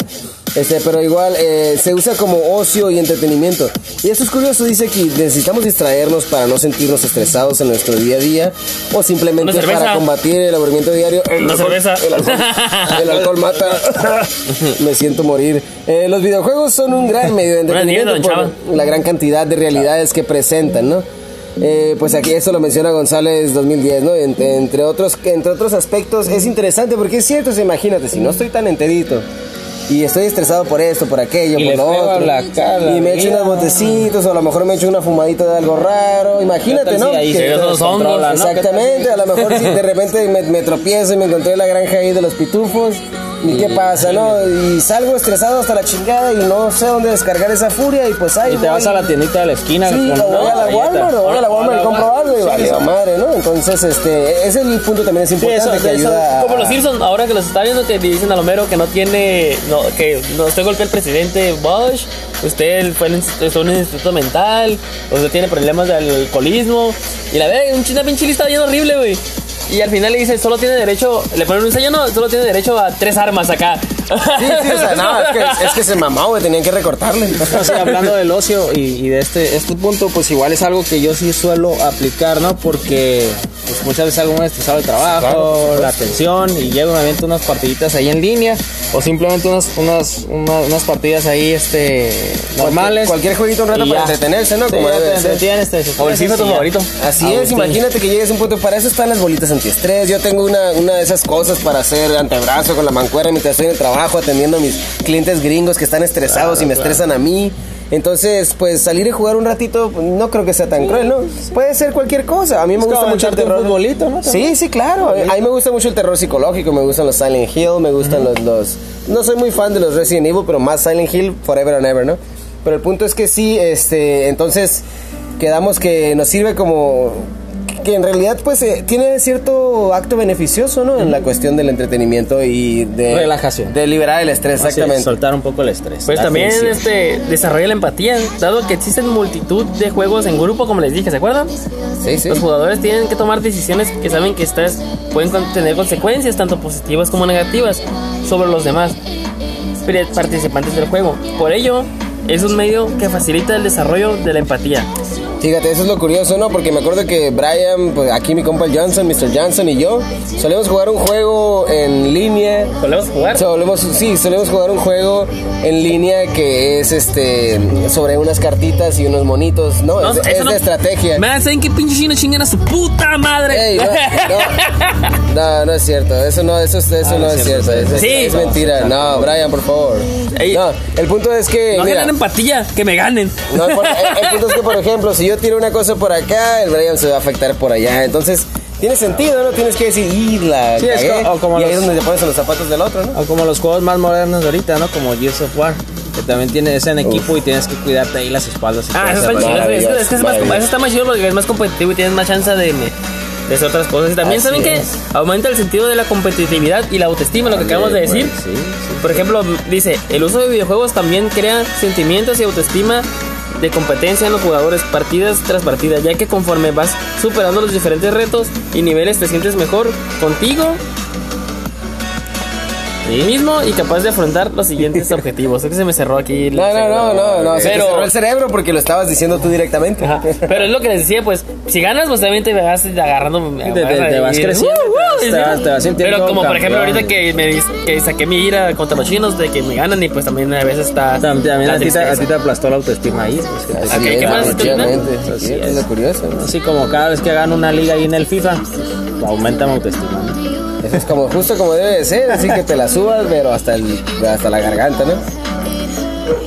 B: Este, pero igual eh, se usa como ocio y entretenimiento. Y esto es curioso, dice aquí, necesitamos distraernos para no sentirnos estresados en nuestro día a día o simplemente
A: Una cerveza.
B: para combatir el aburrimiento diario. El
A: Una
B: alcohol-
A: cerveza.
B: El alcohol, el alcohol mata. Me siento morir. Eh, los videojuegos son un gran medio de
A: Buenas
B: entretenimiento
A: noches, don
B: por la gran cantidad de realidades que presentan, ¿no? Eh, pues aquí eso lo menciona González 2010, ¿no? Ent- entre, otros, entre otros aspectos es interesante porque es cierto, o sea, imagínate, si no estoy tan enterito y estoy estresado por esto, por aquello,
C: Y
B: por
C: le
B: lo
C: pego
B: otro,
C: la cara,
B: y me echo
C: mira.
B: unos botecitos o a lo mejor me echo una fumadita de algo raro, imagínate,
C: ¿Qué tal
B: ¿no?
C: si ahí
B: Que-
C: se
A: los hongos,
C: descontrola, no? ¿Qué tal si-
B: Exactamente, a lo mejor si de repente me, me tropiezo y me encontré en la granja ahí de los pitufos, ¿y qué pasa, no? Y salgo estresado hasta la chingada y no sé dónde descargar esa furia y pues ahí
C: Y te
B: voy.
C: vas a la tiendita de la esquina.
B: Sí,
C: con
B: o voy
C: una
B: a la
C: galleta.
B: Walmart, o voy a la Walmart y compro algo y valió madre, ¿no? Entonces, este, ese el punto también es importante
C: eso-
B: que
C: eso-
B: ayuda a-
A: Como los Simpsons, ahora que los está viendo que dicen a Lomero que no tiene, no, que no usted golpeó al presidente Bush, usted fue en está en un instituto mental, usted tiene problemas de alcoholismo, y la verdad, un china pinche lista bien horrible, güey. Y al final le dice, solo tiene derecho, le ponen un sello, no, solo tiene derecho a tres armas acá.
B: Sí, sí, o sea, no, es que, es que se mamó, güey, tenían que recortarle.
C: O sea, hablando del ocio y, y de este, este punto, pues igual es algo que yo sí suelo aplicar, ¿no? Porque pues, muchas veces algo muy estresado el trabajo, la atención, y llego y me aviento unas partiditas ahí en línea, o simplemente unas, unas, unas, unas partidas ahí este, normales.
B: Cualquier jueguito un rato
C: Y
B: para
C: ya.
B: entretenerse, ¿no?
C: Sí,
B: Como
C: ya
B: debe
C: te
B: de ser.
C: entretienes, te
A: O el
C: desestresas
A: FIFA
C: y
A: tu
C: ya.
A: favorito.
B: Así
C: Ah,
B: es,
C: sí.
B: imagínate que llegues a un punto. Para eso están las bolitas antiestrés. Yo tengo una, una de esas cosas para hacer antebrazo con la mancuerna mientras estoy en el trabajo atendiendo a mis clientes gringos que están estresados y me estresan a mí. Entonces, pues salir y jugar un ratito pues, no creo que sea tan cruel, ¿no? Puede ser cualquier cosa. A mí me
C: como
B: gusta mucho el
C: aventarte un
B: terror.
C: futbolito, ¿no?
B: Sí, sí, claro. A mí me gusta mucho el terror psicológico. Me gustan los Silent Hill, me gustan los, los. No soy muy fan de los Resident Evil, pero más Silent Hill, Forever and Ever, ¿no? Pero el punto es que sí, este. Entonces, quedamos que nos sirve como. Que en realidad, pues, eh, tiene cierto acto beneficioso, ¿no? En la cuestión del entretenimiento y de.
C: Relajación.
B: De liberar el estrés,
C: Así es,
B: exactamente.
C: soltar un poco el estrés.
A: Pues
C: la
A: también
C: tensión.
A: este, desarrolla la empatía, dado que existen multitud de juegos en grupo, como les dije, ¿se acuerdan?
B: Sí, sí.
A: Los jugadores tienen que tomar decisiones que saben que estas pueden con- tener consecuencias, tanto positivas como negativas, sobre los demás pre- participantes del juego. Por ello, es un medio que facilita el desarrollo de la empatía.
B: Fíjate, eso es lo curioso, ¿no? Porque me acuerdo que Brian, pues aquí mi compa el Johnson, Mr. Johnson y yo, solemos jugar un juego en línea.
A: ¿Volvemos a jugar?
B: Solemos, sí, solemos jugar un juego en línea que es este sobre unas cartitas y unos monitos. No,
A: No,
B: es,
A: eso
B: es
A: no-
B: de estrategia.
A: Me hacen que pinche chino chingan a su puta madre.
B: Ey, no, no, no, no es cierto. Eso no, eso, es- eso no, es cierto. Es,
A: Sí.
B: es mentira. No, Brian, por favor.
A: Ey.
B: No, el punto es que.
A: no
B: mira,
A: generan empatía, que me ganen.
B: No, por- el, el punto es que, por ejemplo, si yo tiro una cosa por acá, el Brian se va a afectar por allá. Entonces, tiene sentido, ¿no? Tienes que decir, y la
C: Sí, es
B: cagué",
C: co- o como
B: y ahí
C: los-
B: es donde te pones en los zapatos del otro, ¿no?
C: O este, como los juegos más modernos de ahorita, ¿no? Como Gears of War, que también tiene ese en equipo y tienes que cuidarte ahí las espaldas. y todo
A: Ah, eso
C: ese
A: está
C: rollo.
A: chido.
B: maravilloso,
A: Es que es más,
B: maravilloso.
A: eso está más chido porque es más competitivo y tienes más chance de, de hacer otras cosas. Y también
B: Así
A: saben que
B: es.
A: aumenta el sentido de la competitividad y la autoestima, lo que acabamos de decir.
C: Sí, sí.
A: Por ejemplo, dice, el uso de videojuegos también crea sentimientos y autoestima de competencia en los jugadores partidas tras partida, ya que conforme vas superando los diferentes retos y niveles te sientes mejor contigo mismo y capaz de afrontar los siguientes objetivos. Es que se me cerró aquí. el
B: No, no,
A: cerebro.
B: no, no, no. Se te
A: Pero-
B: cerró el cerebro porque lo estabas diciendo tú directamente.
A: Ajá. Pero es lo que les decía, pues, si ganas, pues también te vas agarrando.
C: te- te vas
A: y-
C: creciendo, te vas-
A: sí.
C: te vas sintiendo
A: Uh, Pero como por
C: campeón.
A: ejemplo ahorita que me dis- que saqué mi ira contra los chinos de que me ganan y pues también a veces está.
C: Tam- También
A: la
C: a ti, te,
A: tristeza.
C: a ti te aplastó la autoestima ahí. pues, que te-
B: Así
A: Ok, ¿qué
B: es,
A: más es tu tema?
B: efectivamente.
C: Así
B: Sí,
C: es.
B: es lo curioso, ¿no?
C: Así como cada vez que hagan una liga ahí en el FIFA, aumenta mi autoestima. ¿no?
B: Eso es como, justo como debe de ser, así que te la subas, pero hasta, el, hasta la garganta, ¿no?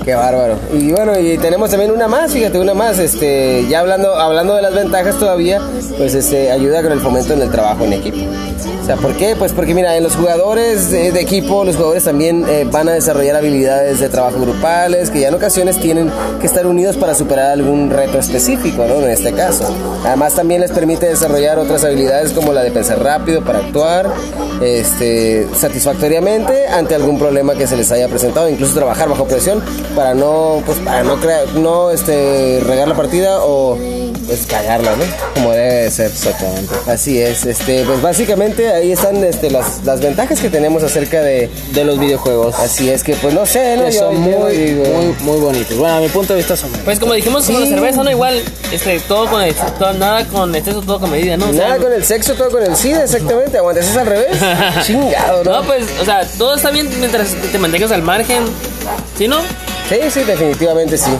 B: Qué bárbaro. Y bueno, y tenemos también una más, fíjate, una más, este, ya hablando, hablando de las ventajas todavía, pues este, ayuda con el fomento en el trabajo en equipo. O sea, ¿por qué? Pues porque mira, en los jugadores eh, de equipo, los jugadores también eh, van a desarrollar habilidades de trabajo grupales, que ya en ocasiones tienen que estar unidos para superar algún reto específico, ¿no? En este caso. Además también les permite desarrollar otras habilidades como la de pensar rápido para actuar este, satisfactoriamente ante algún problema que se les haya presentado, incluso trabajar bajo presión para no, pues, para no, crea- no este, regar la partida o pues, cagarla, ¿no? Como debe de ser.
C: Exactamente.
B: Así es, este, pues básicamente ahí están este, las, las ventajas que tenemos acerca de,
C: De los videojuegos.
B: así es que pues no sé, ¿no?
C: Que
B: Yo-
C: son
B: yo
C: muy,
B: digo-
C: muy, muy bonitos. Bueno, a mi punto de vista son muy
A: Pues como dijimos, como la cerveza, ¿no? Igual, este, todo con ex- todo- nada con exceso, todo con medida, ¿no? O sea,
B: Nada con el sexo, todo con el SIDA, exactamente. Aguanta, eso es al revés. Chingado, ¿no?
A: No, pues, o sea, todo está bien mientras te mantengas al margen. ¿Sí, no?
B: Sí, sí, definitivamente sí.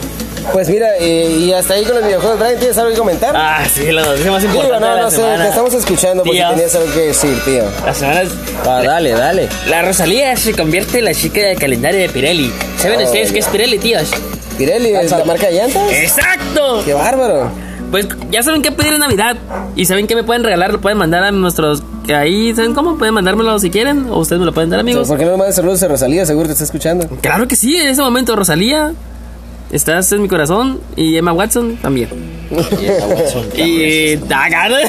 B: Pues mira, eh, y hasta ahí con los videojuegos. Brian, ¿tienes algo que comentar?
A: Ah, sí, la noticia más
B: Digo,
A: importante
B: no,
A: de la
B: no sé,
A: semana.
B: te estamos escuchando porque
A: Tío.
B: tenías algo que decir, tío.
A: La semana es-
C: Ah, dale, dale.
A: La Rosalía se convierte en la chica del calendario de Pirelli. ¿Saben
B: Oh,
A: ustedes
B: ya.
A: qué es Pirelli, tíos?
B: Pirelli, ¿es la marca de llantas?
C: Eh.
A: ¡Exacto!
B: ¡Qué bárbaro!
A: Pues ya saben qué pedir en Navidad. Y saben qué me pueden regalar. Lo pueden mandar a nuestros. que Ahí, ¿saben cómo? Pueden mandármelo si quieren. O ustedes me lo pueden dar, amigos.
B: ¿Por qué no le mandas saludos a Rosalía? Seguro te está escuchando.
A: Claro que sí, en ese momento, Rosalía. Estás en mi corazón y Emma Watson también. Y. ¡Ah, cabrón!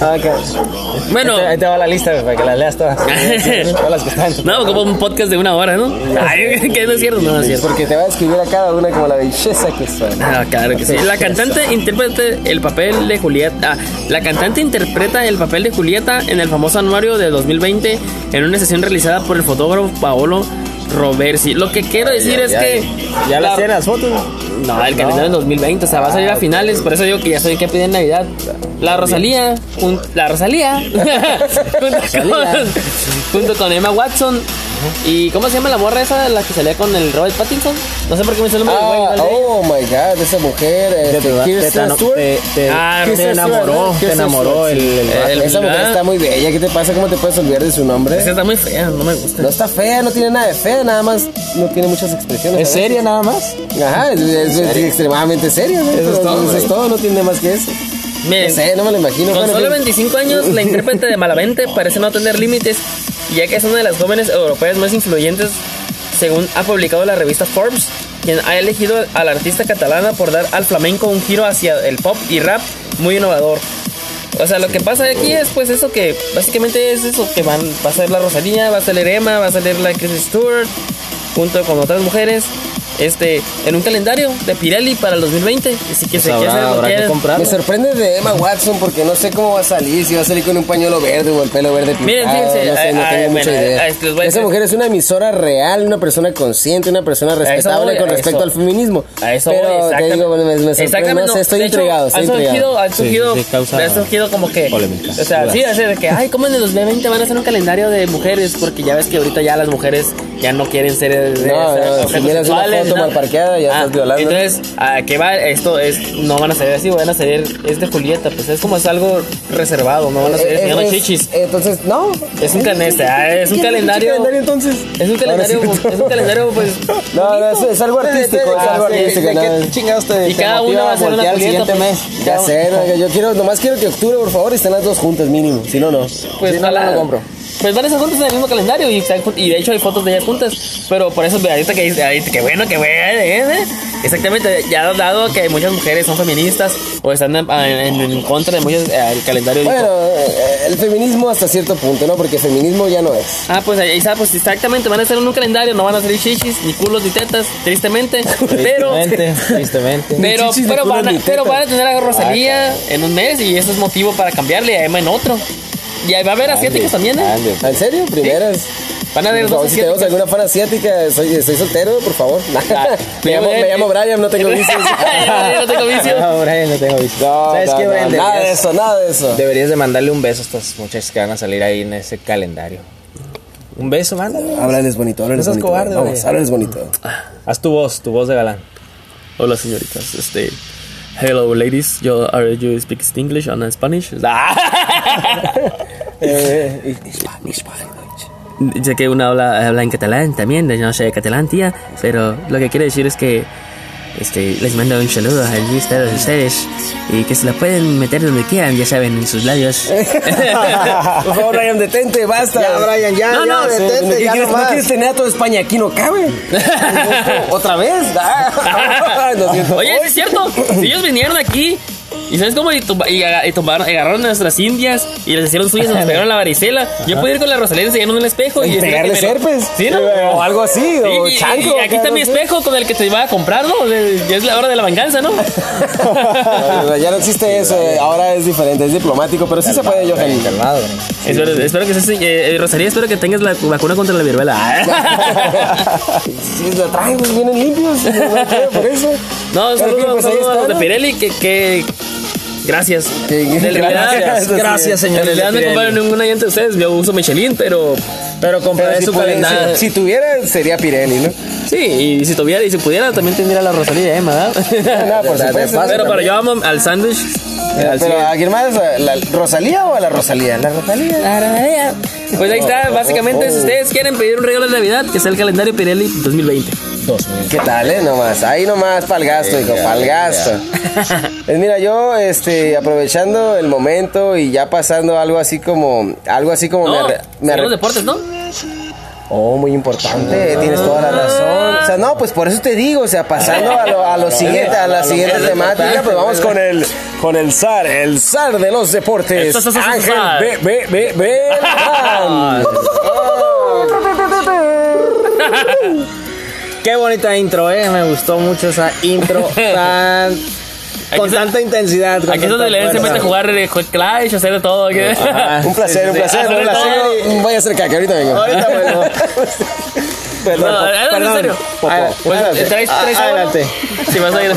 C: Ah, ok.
A: Bueno.
C: Ahí te va la lista, güey, para que las leas todas. todas las que están. en tu-
A: No, como un podcast de una hora, ¿no? Ay, que no es cierto, no, no es cierto.
B: Porque te va a escribir a cada una como la belleza que son.
A: Ah, claro que sí. La cantante interpreta el papel de Julieta. ah, la cantante interpreta el papel de Julieta en el famoso anuario de 2020 en una sesión realizada por el fotógrafo Paolo Robersi. Lo que quiero decir es
B: ya, Ah,
A: que.
C: Ya las
A: la-
C: tienen las fotos.
A: No, el calendario es 2020, o sea, va a salir a finales, por eso digo que ya soy que pide en Navidad. La Rosalía, jun- la Rosalía, junto, con, junto con Emma Watson. ¿Y cómo se llama la morra esa, la que salía con el Robert Pattinson? No sé por qué me sale el nombre del güey,
B: Ah,
A: ¿vale?
B: oh my god, esa mujer.
C: Te,
B: este,
C: te,
B: Kirsten
C: te-
B: Stewart.
C: te- te-
A: Ah,
C: te
A: Kirsten
B: Stewart,
C: enamoró,
B: ¿no?
C: te
B: Kirsten
C: enamoró
B: Stewart,
C: el,
B: sí.
C: el-
A: Eh,
B: Esa mujer
A: Ah.
B: está muy bella. ¿Qué te pasa? ¿Cómo te puedes olvidar de su nombre?
A: Esa está muy fea, no me gusta.
B: No está fea, no tiene nada de fea, nada más no tiene muchas expresiones.
C: ¿Es
B: ¿sabes?
C: seria nada más?
B: Ajá, es, es- es extremadamente serio, ¿no? Pero
C: es todo,
B: eso es
C: güey.
B: todo, no tiene más que eso.
A: Miren,
B: No sé, no me lo imagino.
A: Con
B: bueno,
A: solo
B: en fin.
A: 25 años, la intérprete de Malavente parece no tener límites, ya que es una de las jóvenes europeas más influyentes, según ha publicado la revista Forbes, quien ha elegido a la artista catalana por dar al flamenco un giro hacia el pop y rap muy innovador. O sea, lo que pasa aquí es pues eso que básicamente es eso que van va a salir la Rosalía, va a salir Emma, va a salir la Kristen Stewart junto con otras mujeres. Este, en un calendario de Pirelli para el 2020. Así que se
C: Pues habrá- habrá que comprar.
B: Me sorprende de Emma Watson porque no sé cómo va a salir, si va a salir con un pañuelo verde o el pelo verde pintado.
A: Miren, fíjense,
B: no sé, no
A: ay,
B: tengo
A: ay,
B: mucha
A: bueno,
B: idea.
A: ay, les voy a
B: Esa
A: decir-
B: mujer es una emisora real, una persona consciente, una persona respetable
A: voy,
B: con
A: a
B: respecto
A: eso.
B: al feminismo.
A: A eso voy,
B: Pero te
A: exactamente.
B: digo, bueno, me, me sorprende,
A: Exactamente,
B: no sé, estoy
A: de hecho,
B: intrigado, estoy
A: han
B: intrigado.
A: surgido, han
C: Sí,
A: surgido,
C: sí, causa
A: han surgido como que,
C: polémica.
A: o sea,
C: Dudas.
A: sí, así de que, ay, ¿cómo en el 2020 van a hacer un calendario de mujeres? Porque ya ves que ahorita ya las mujeres ya no quieren ser, eh, ser
B: no,
A: objetos
B: si miras una
A: sexuales, ¿no?
B: foto
A: Ah,
B: mal parqueada, ya estás violando.
A: Entonces, ¿a qué va? Esto es, no van a salir así, van a salir, es de Julieta, pues es como es algo reservado, no van a salir
B: Eh,
A: enseñando
B: es-
A: chichis.
B: Entonces, no.
A: Es un caneste, ah, es un
B: ¿Qué
A: calendario.
B: calendario entonces?
A: Es un calendario,
B: Ahora sí que
A: es un calendario, pues.
B: No, no, es, es algo artístico, es
A: Ah,
B: algo
A: sí,
B: artístico.
A: ¿de
B: no,
A: qué
B: chingados te,
A: Y te cada motiva uno va a a hacer una voltear el Julieta, siguiente pues? mes?
B: Ya sé, no, yo quiero, nomás quiero que octubre, por favor, estén las dos juntas mínimo. Si no, no.
A: Pues
B: si no,
A: ojalá.
B: no lo compro.
A: Pues van a estar juntas en el mismo calendario y, están jun- y de hecho hay fotos de ellas juntas. Pero por eso, mira, ahorita que dice, ahorita que bueno, que bueno, ¿eh? Exactamente, ya dado que muchas mujeres son feministas o están en, en- en contra de muchos, eh, el calendario. dijo,
B: Bueno, eh, el feminismo hasta cierto punto, ¿no? Porque feminismo ya no es.
A: Ah, pues ahí está, pues exactamente, van a hacer un calendario, no van a salir chichis, ni culos, ni tetas, tristemente. pero
C: Tristemente, tristemente.
A: Pero,
B: chichis, ni
A: pero,
B: culos,
A: van a,
B: ni
A: pero
B: tetas. Ah,
A: van a tener a Rosalía en un mes y eso es motivo para cambiarle a Emma en otro. Y ahí va a haber asiáticos también, ¿eh?
C: Ande,
B: ¿En serio? Primeras.
A: Van a haber
B: Por
A: dos
B: favor, si
A: asiáticos.
B: tenemos alguna fan asiática, soy, soy soltero, por favor.
A: Ah,
B: me, llamo, me llamo Brian, no tengo vicios.
A: no tengo vicios.
C: No, Brian, no tengo visto.
B: No,
C: ¿Sabes
B: no,
C: qué,
B: no,
C: Brian?
B: nada de
C: Deberías-
B: eso, nada de eso.
C: Deberías de mandarle un beso a estas muchachas que van a salir ahí en ese calendario. Un beso, mándale.
B: Háblales bonito, háblales
C: No seas
B: bonito.
C: cobarde,
B: Vamos,
C: güey.
B: háblales bonito.
C: Haz tu voz, tu voz de galán.
A: Hola señoritas, este Hello ladies, yo are you speak English and Spanish?
B: Eh, Spanish, Spanish.
A: ya que uno habla, habla en catalán también, yo no sé catalán tía, pero lo que quiero decir es que este, les mando un saludo allí a todos ustedes y que se la pueden meter donde quieran, ya saben, en sus labios.
B: Por favor, Brian, detente, basta.
C: Ya, Brian, ya,
A: No, ya, no,
C: detente,
B: ¿Qué
C: ya
B: quieres-
C: nomás.
B: ¿No quieres tener a toda España aquí? No cabe. ¿Otra vez? Ah, lo siento.
A: Oye, ¿sí es cierto. Si ellos vinieron aquí. ¿Y sabes cómo? Y, tumba- y aga- y tumbaron- agarraron a nuestras indias y les hicieron suyas, nos pegaron la varicela. Yo pude ir con la Rosalía enseñando un espejo y decirle
B: Pegarle
A: que me lo-
B: serpes.
A: Sí, ¿no?
B: O algo así,
A: Sí,
B: o
A: y- y-
B: chanco.
A: y aquí está mi espejo con el que te iba a comprar, ¿no? O sea, Ya es la hora de la venganza, ¿no?
B: No, Ya no existe eso, eh, ahora es diferente, es diplomático, pero sí se puede,
C: Brian,
B: Johan.
C: calmado, Brian.
A: espero, espero que seas, eh, eh, Rosalía, espero que tengas la vacuna contra la viruela.
B: Sí, lo traen, pues, vienen limpios. no creo por eso.
A: no,
B: Pero, en fin,
A: saludos
B: pues, ahí
A: saludo a los
B: está,
A: de
B: ¿no?
A: Pirelli que... que... Gracias.
B: Que-
A: En realidad-
B: gracias, gracias,
A: En
C: señores de
A: realidad no
C: Pirelli.
A: compraron ninguna llanta de ustedes. Yo uso Michelin, pero
C: Pero
B: Pero
C: compraré
B: si,
C: su
B: puede-
C: calendario.
B: si, si tuviera, sería Pirelli, ¿no?
A: Sí, y si tuviera y si pudiera también tendría la Rosalía Emma, ¿verdad?
B: No, por
C: De- de
B: supuesto.
C: paso
A: pero,
B: Pero,
A: pero yo amo al sándwich.
B: pero ¿a quién más? ¿A ¿La Rosalía o a la Rosalía? La Rosalía.
A: Pues ahí está, básicamente si ustedes quieren pedir un regalo de Navidad, que sea el calendario Pirelli 2020.
C: Dos mil.
B: ¿Qué tal, eh? Nomás, ahí nomás para el gasto, hijo,
C: ya,
B: para el
C: ya.
B: gasto. Pues mira, yo, este, aprovechando el momento y ya pasando algo así como, algo así como...
A: No,
B: me arre- me arre-
A: los deportes, ¿no?
B: Oh, muy importante, tienes toda la razón. O sea, no, pues por eso te digo, o sea, pasando a lo, a lo siguiente, a la siguiente temática, pues vamos con el con el zar, el zar de los deportes,
C: Esto es- esto es-
B: Ángel
C: zar.
B: B B B Beltrán.
C: Qué bonita intro, eh. Me gustó mucho esa intro tan.
A: Aquí
C: con
A: es-
C: tanta intensidad. con
A: Aquí es
C: tanta
A: donde León se
C: fuerza.
A: mete a jugar eh, jue- Clash, hacer de todo. ¿qué?
C: Ajá.
B: Un placer, un placer, un
A: Ah, Sobre
B: placer. Voy a hacer caca, ahorita vengo.
C: Ahorita vuelvo.
B: Perdón,
A: No, eh, en
B: perdón.
A: serio.
B: Popo.
C: Ah,
A: Pues,
C: Adelante.
A: traes- traes
C: Ah,
A: ahora.
C: adelante.
A: Si vas a ir.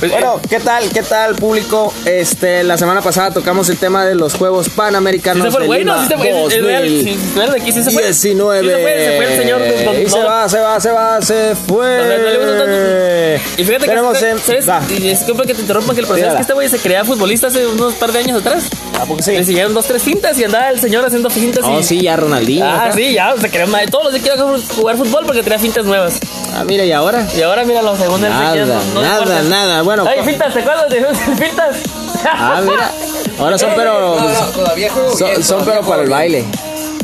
A: Pues, eh,
C: Bueno, ¿qué tal? ¿Qué tal, público? Este, la semana pasada tocamos el tema de los Juegos
A: Sí
C: Panamericanos
A: se fue,
C: de
A: güey, no,
C: Lima
A: sí se fue. Es, es real, sí, claro, de aquí sí se fue.
C: 2019.
A: Sí se fue, se fue el señor.
B: Eh,
A: de-
C: Y se
A: no,
C: va, se va, se va, se
A: O sea, no le gusta
C: fue.
A: Y fíjate que
C: Tenemos
A: este-
C: en-
A: ¿sabes?
C: va.
A: Y disculpa que te interrumpa, Ángel, pero ¿sabes
C: Tírala.
A: que este güey se creía futbolista hace unos par de años atrás?
C: ¿A poco
A: Le
C: sí?
A: siguieron dos, tres fintas y andaba el señor haciendo fintas
C: Oh,
A: y...
C: sí, ya Ronaldinho.
A: Ah,
C: acá.
A: sí, ya, se creía madre. Todos los días quería jugar fútbol porque tenía fintas nuevas.
C: Ah, mira, y ahora.
A: Y ahora mira los segundos.
C: Nada, nada, nada. Bueno,
A: Ay,
C: co-
A: fintas, ¿te acuerdas de fintas?
C: Ah, mira. Ahora son pero.
B: todavía juego
C: son-
B: bien,
C: son
B: todavía
C: pero para el
B: juego bien.
C: baile.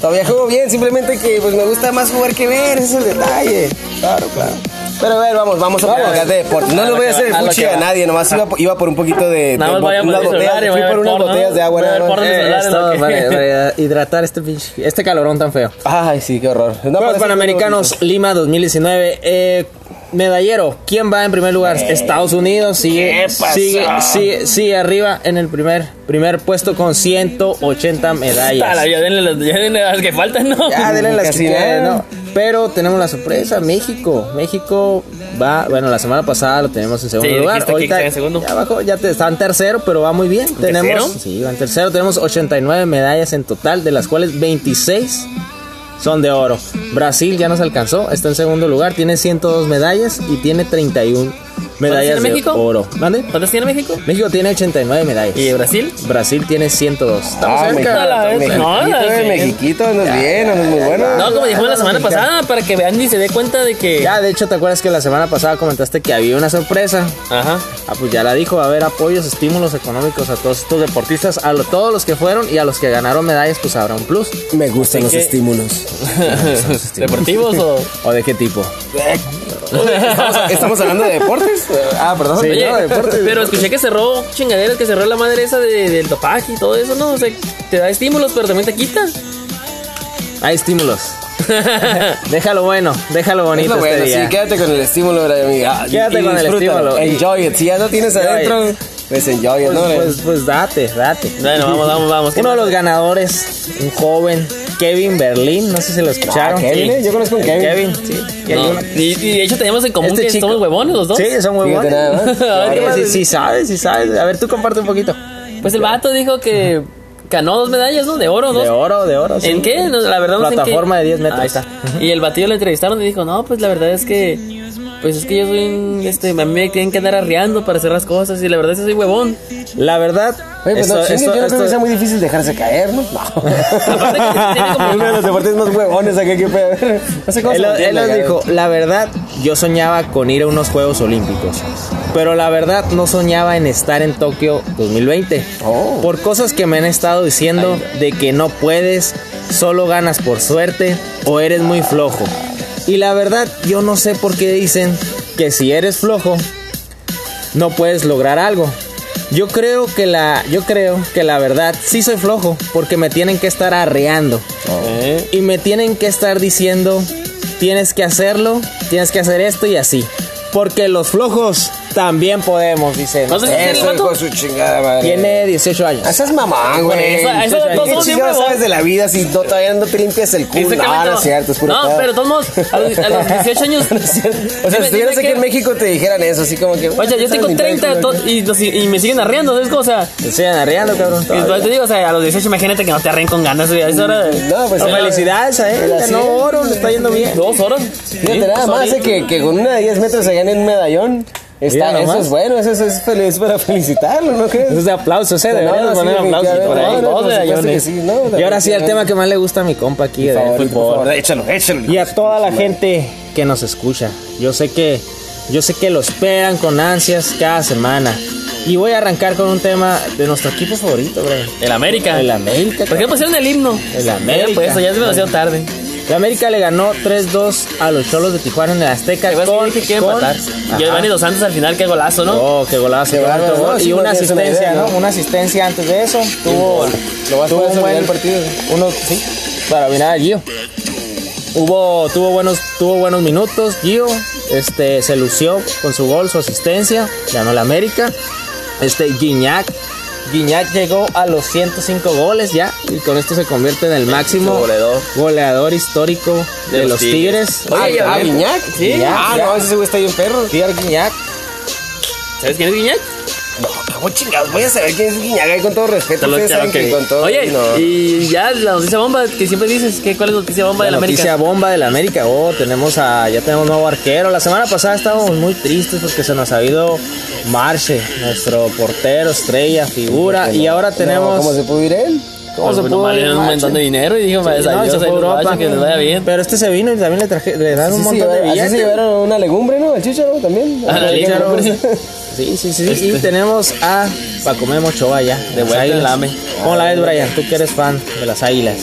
B: Todavía juego bien, simplemente que pues me gusta más jugar que ver, ese es el detalle. Claro, claro. Pero a ver, vamos, vamos a platicar de deporte. No le voy a hacer el
C: A lo que
B: fuchi
C: va.
B: a nadie, nomás iba, por- iba por un poquito de,
A: Nada
B: de
A: más vaya por
B: unas
A: el
B: botellas,
A: celular y
B: fui
A: vaya
B: por
A: a
B: unas
A: ver porno.
B: botellas de agua.
A: Vaya a ver
B: nada más.
A: porno.
C: Eh,
A: celulares,
C: es todo
A: lo que-
C: para, para hidratar este pinche- este calorón tan feo.
B: Ay, sí, qué horror. No,
C: Juegos
B: parece-
C: Panamericanos Lima 2019. Eh, medallero, ¿quién va en primer lugar? Estados Unidos sigue, sigue, sigue, sigue arriba en el primer, primer puesto con 180
A: Ya,
C: medallas.
A: ya denle las- ya denle las que faltan, ¿no?
C: Ya, denle Ah, las
B: Casi
C: que queden,
B: nada.
C: ¿no? Pero tenemos la sorpresa, México. México va, bueno, la semana pasada lo tenemos en segundo
A: Sí,
C: lugar.
A: dijiste que está en segundo.
C: Ya bajó, ya te, está en tercero, pero va muy bien. Tenemos,
A: tercero?
C: Sí, va en tercero. Tenemos 89 medallas en total, de las cuales 26 son de oro. Brasil ya nos alcanzó, está en segundo lugar, tiene 102 medallas y tiene 31 medallas
A: tiene
C: de
A: México?
C: oro. ¿Mande?
A: ¿Cuántas tiene México?
C: México tiene 89 medallas.
A: ¿Y Brasil?
C: Brasil tiene 102. Estamos
B: Ah,
C: cerca.
A: A la vez.
B: Mexiquito,
A: No,
B: eh,
A: la- sí.
B: Mexiquito, andas bien, andas muy bueno.
A: No, como dijimos la semana pasada, para que vean y se dé cuenta de que...
C: Ya, de hecho, ¿te acuerdas que la semana pasada comentaste que había una sorpresa?
A: Ajá.
C: Ah, pues ya la dijo, va a haber apoyos, estímulos económicos a todos estos deportistas, a lo- todos los que fueron y a los que ganaron medallas, pues habrá un plus.
B: Me gustan los
A: que-
B: estímulos.
A: ¿Deportivos o...?
C: ¿O de qué tipo?
B: ¿Estamos, estamos hablando de deportes? Ah, perdón.
C: Sí,
A: Oye,
B: no, deportes.
A: pero escuché que cerró chingaderas, que cerró la madre esa de- del dopaje y todo eso, ¿no? O sea, te da estímulos, pero también te quita.
C: Hay estímulos. déjalo bueno, déjalo
B: Es
C: bonito
B: lo bueno,
C: este día.
B: sí, quédate con el estímulo, bro, amiga. Ah,
C: Quédate
B: y
C: con el estímulo.
B: Enjoy it. Si ya lo tienes
C: Enjoy
B: adentro, pues enjoy it,
C: pues,
B: ¿no?
C: pues, pues date, date.
A: Bueno, vamos, vamos, vamos.
C: Uno de los ganadores, un joven, Kevin Berlín, no sé si lo escucharon.
B: Ah, Kevin,
C: Sí.
B: eh, yo conozco a
C: El
B: Kevin.
C: Kevin, sí. que hay
A: No,
C: una-
A: y, y de hecho tenemos en común
C: Este
A: que
C: chico-
A: somos huevones los dos.
C: Sí, son muy
B: Fíjate
C: buenos.
B: nada más.
A: A ver, ¿qué más?
C: Sí, sí, sabes, sí, sabes. A ver, tú comparte un poquito.
A: Pues el vato dijo que ganó dos medallas, ¿no? De oro, dos.
C: De oro, de oro. sí.
A: ¿En qué? No, la verdad no sé en qué.
C: Plataforma de 10 metros.
A: Ahí está. Y el batido lo entrevistaron y dijo, no, pues la verdad es que... Pues es que yo soy un... Este, a mí me tienen que andar arreando para hacer las cosas y la verdad es que soy huevón.
B: Uh,
C: La verdad.
B: Oye, pues no,
C: esto-
B: chingues,
C: esto-
B: yo no creo
C: esto-
B: que sea muy difícil dejarse caer, ¿no? No.
A: Aparte que tiene como-
B: Uno de los deportes más huevones acá que puede haber. No sé cómo se
C: Él,
B: mantiene
C: él nos
B: acá.
C: dijo, la verdad, yo soñaba con ir a unos Juegos Olímpicos, pero la verdad no soñaba en estar en Tokio 2020.
B: Oh.
C: Por cosas que me han estado diciendo de que no puedes, solo ganas por suerte o eres muy flojo. Y la verdad, yo no sé por qué dicen que si eres flojo, no puedes lograr algo. Yo creo que la, yo creo que la verdad sí soy flojo porque me tienen que estar arreando
A: Eh,
C: y me tienen que estar diciendo tienes que hacerlo, tienes que hacer esto y así, porque los flojos también podemos, dicen.
A: No sé si tiene el
B: Eso
A: vato.
B: dijo su chingada madre.
C: Tiene 18 años.
B: Ah, Seas mamá, güey. pues,
A: Eso- eso de todos
B: ¿Qué
A: modos
B: chingada
A: siempre
B: sabes
A: va.
B: de la vida si no, todavía no te limpias el culo? Ah, No,
A: Exactamente.
B: no es cierto, es puro
A: No,
B: pedo.
A: pero de todos modos, a los, a los 18 años.
B: No es cierto. O sea,
A: Dime-
B: si estuvieras
A: dime
B: aquí
A: que-
B: en México te dijeran eso, así como que...
A: Oye, yo tengo 30 to- y, los- y me siguen arreando, ¿sabes? cómo? O sea,
C: Se siguen arreando, cabrón.
A: y te digo, o sea, a los 18 imagínate que no te arreen con ganas, güey. Es hora de.
B: No, pues,
A: o sea,
C: Felicidades a él,
B: Pero así
C: ganó
B: es.
C: oro, le está yendo bien.
A: Dos horas. Sí,
B: Fíjate nada
A: dos
B: más
A: horas.
B: eh, que, que con una de 10 metros allá en un medallón. Está,
C: Mira
B: eso
C: nomás.
B: es bueno, eso, es- es feliz para felicitarlo, ¿no
C: Eso
B: crees?
C: es de aplausos, ¿eh?
B: No,
C: Deberíamos
B: sí,
C: poner aplausos
B: definitivamente.
C: por ahí.
B: No, no,
C: Dos
B: por supuesto
C: medallones.
B: que sí, no, la
C: y ahora sí, el
B: verdad.
C: tema que más le gusta a mi compa aquí de
B: Favorito, por
C: fútbol.
B: favor, échalo, échalo.
C: Y a toda la gente que nos escucha. Yo sé que yo sé que lo esperan con ansias cada semana. Y voy a arrancar con un tema de nuestro equipo favorito, bro.
A: El América.
C: El América.
A: ¿Por qué
C: cabrón.
A: pusieron el himno?
C: El América.
A: Ya, Pues eso ya es demasiado tarde.
C: La América le ganó 3-2 a los Cholos de Tijuana en el Azteca.
A: Además,
C: con-
A: que quiere
C: con-
A: empatar.
C: Ajá.
A: Y Giovanni Dos Santos al final, qué golazo, ¿no?
C: Oh, qué golazo.
B: Qué
C: qué
B: bárbaro,
C: bonito
B: ¿no?
C: gol.
B: Sí,
C: Y una
B: porque es una
C: asistencia,
B: idea,
C: ¿no?
B: ¿no?
C: Una asistencia antes de eso. Tuvo,
B: Lo vas a poder
C: tuvo un
B: olvidar
C: buen
B: el partido.
C: Uno, sí, para mirar al Gio. Hubo, tuvo buenos, tuvo buenos minutos, Gio. Este, se lució con su gol, su asistencia. Ganó la América. Este, Guiñac. Guiñac llegó a los 105 goles ya. Y con esto se convierte en el máximo
A: goleador.
C: goleador histórico de, los Tigres.
A: Oye,
B: ah,
A: oye.
B: Guiñac.
A: Sí.
C: Guiñac.
B: Ah, no, ese güey está bien perro.
C: Pierre Guiñac.
A: ¿Sabes quién es Guiñac?
B: No, cómo chingados, voy a saber Ah, pues, quién es Guiñac ahí con todo respeto.
A: Te lo
B: Ustedes saben
A: echaron,
B: que
A: que-
B: con todo.
A: Oye,
B: no.
A: y ya la noticia bomba que siempre dices, que ¿cuál es la noticia bomba de la América?
C: noticia bomba de la América. Oh, tenemos a, ya tenemos nuevo arquero. La semana pasada estábamos muy tristes porque se nos ha ido Marche, nuestro portero, estrella, figura. Y ahora tenemos.
B: No, ¿Cómo se pudo ir él?
A: ¿Cómo se pudo
C: ir,
A: un
C: macho?
A: montón de dinero y dijo, para
C: Sí, no,
A: desayunar,
C: se fue a
A: saludos,
C: Europa.
A: macho, que les vaya bien.
C: Pero este se vino y también le, traje, le dan un
B: Así se
C: montón de
B: llevaron- así
C: billetes.
B: se llevaron una legumbre, ¿no? Al chicharo también.
A: Ah, la
B: Al
A: legumbre.
B: chícharo.
C: Sí, sí, sí. Y tenemos a Paco Memo Ochoa ya, de
A: vuelta en la AME.
C: ¿Cómo la ves, Brian? Tú que eres fan de las águilas.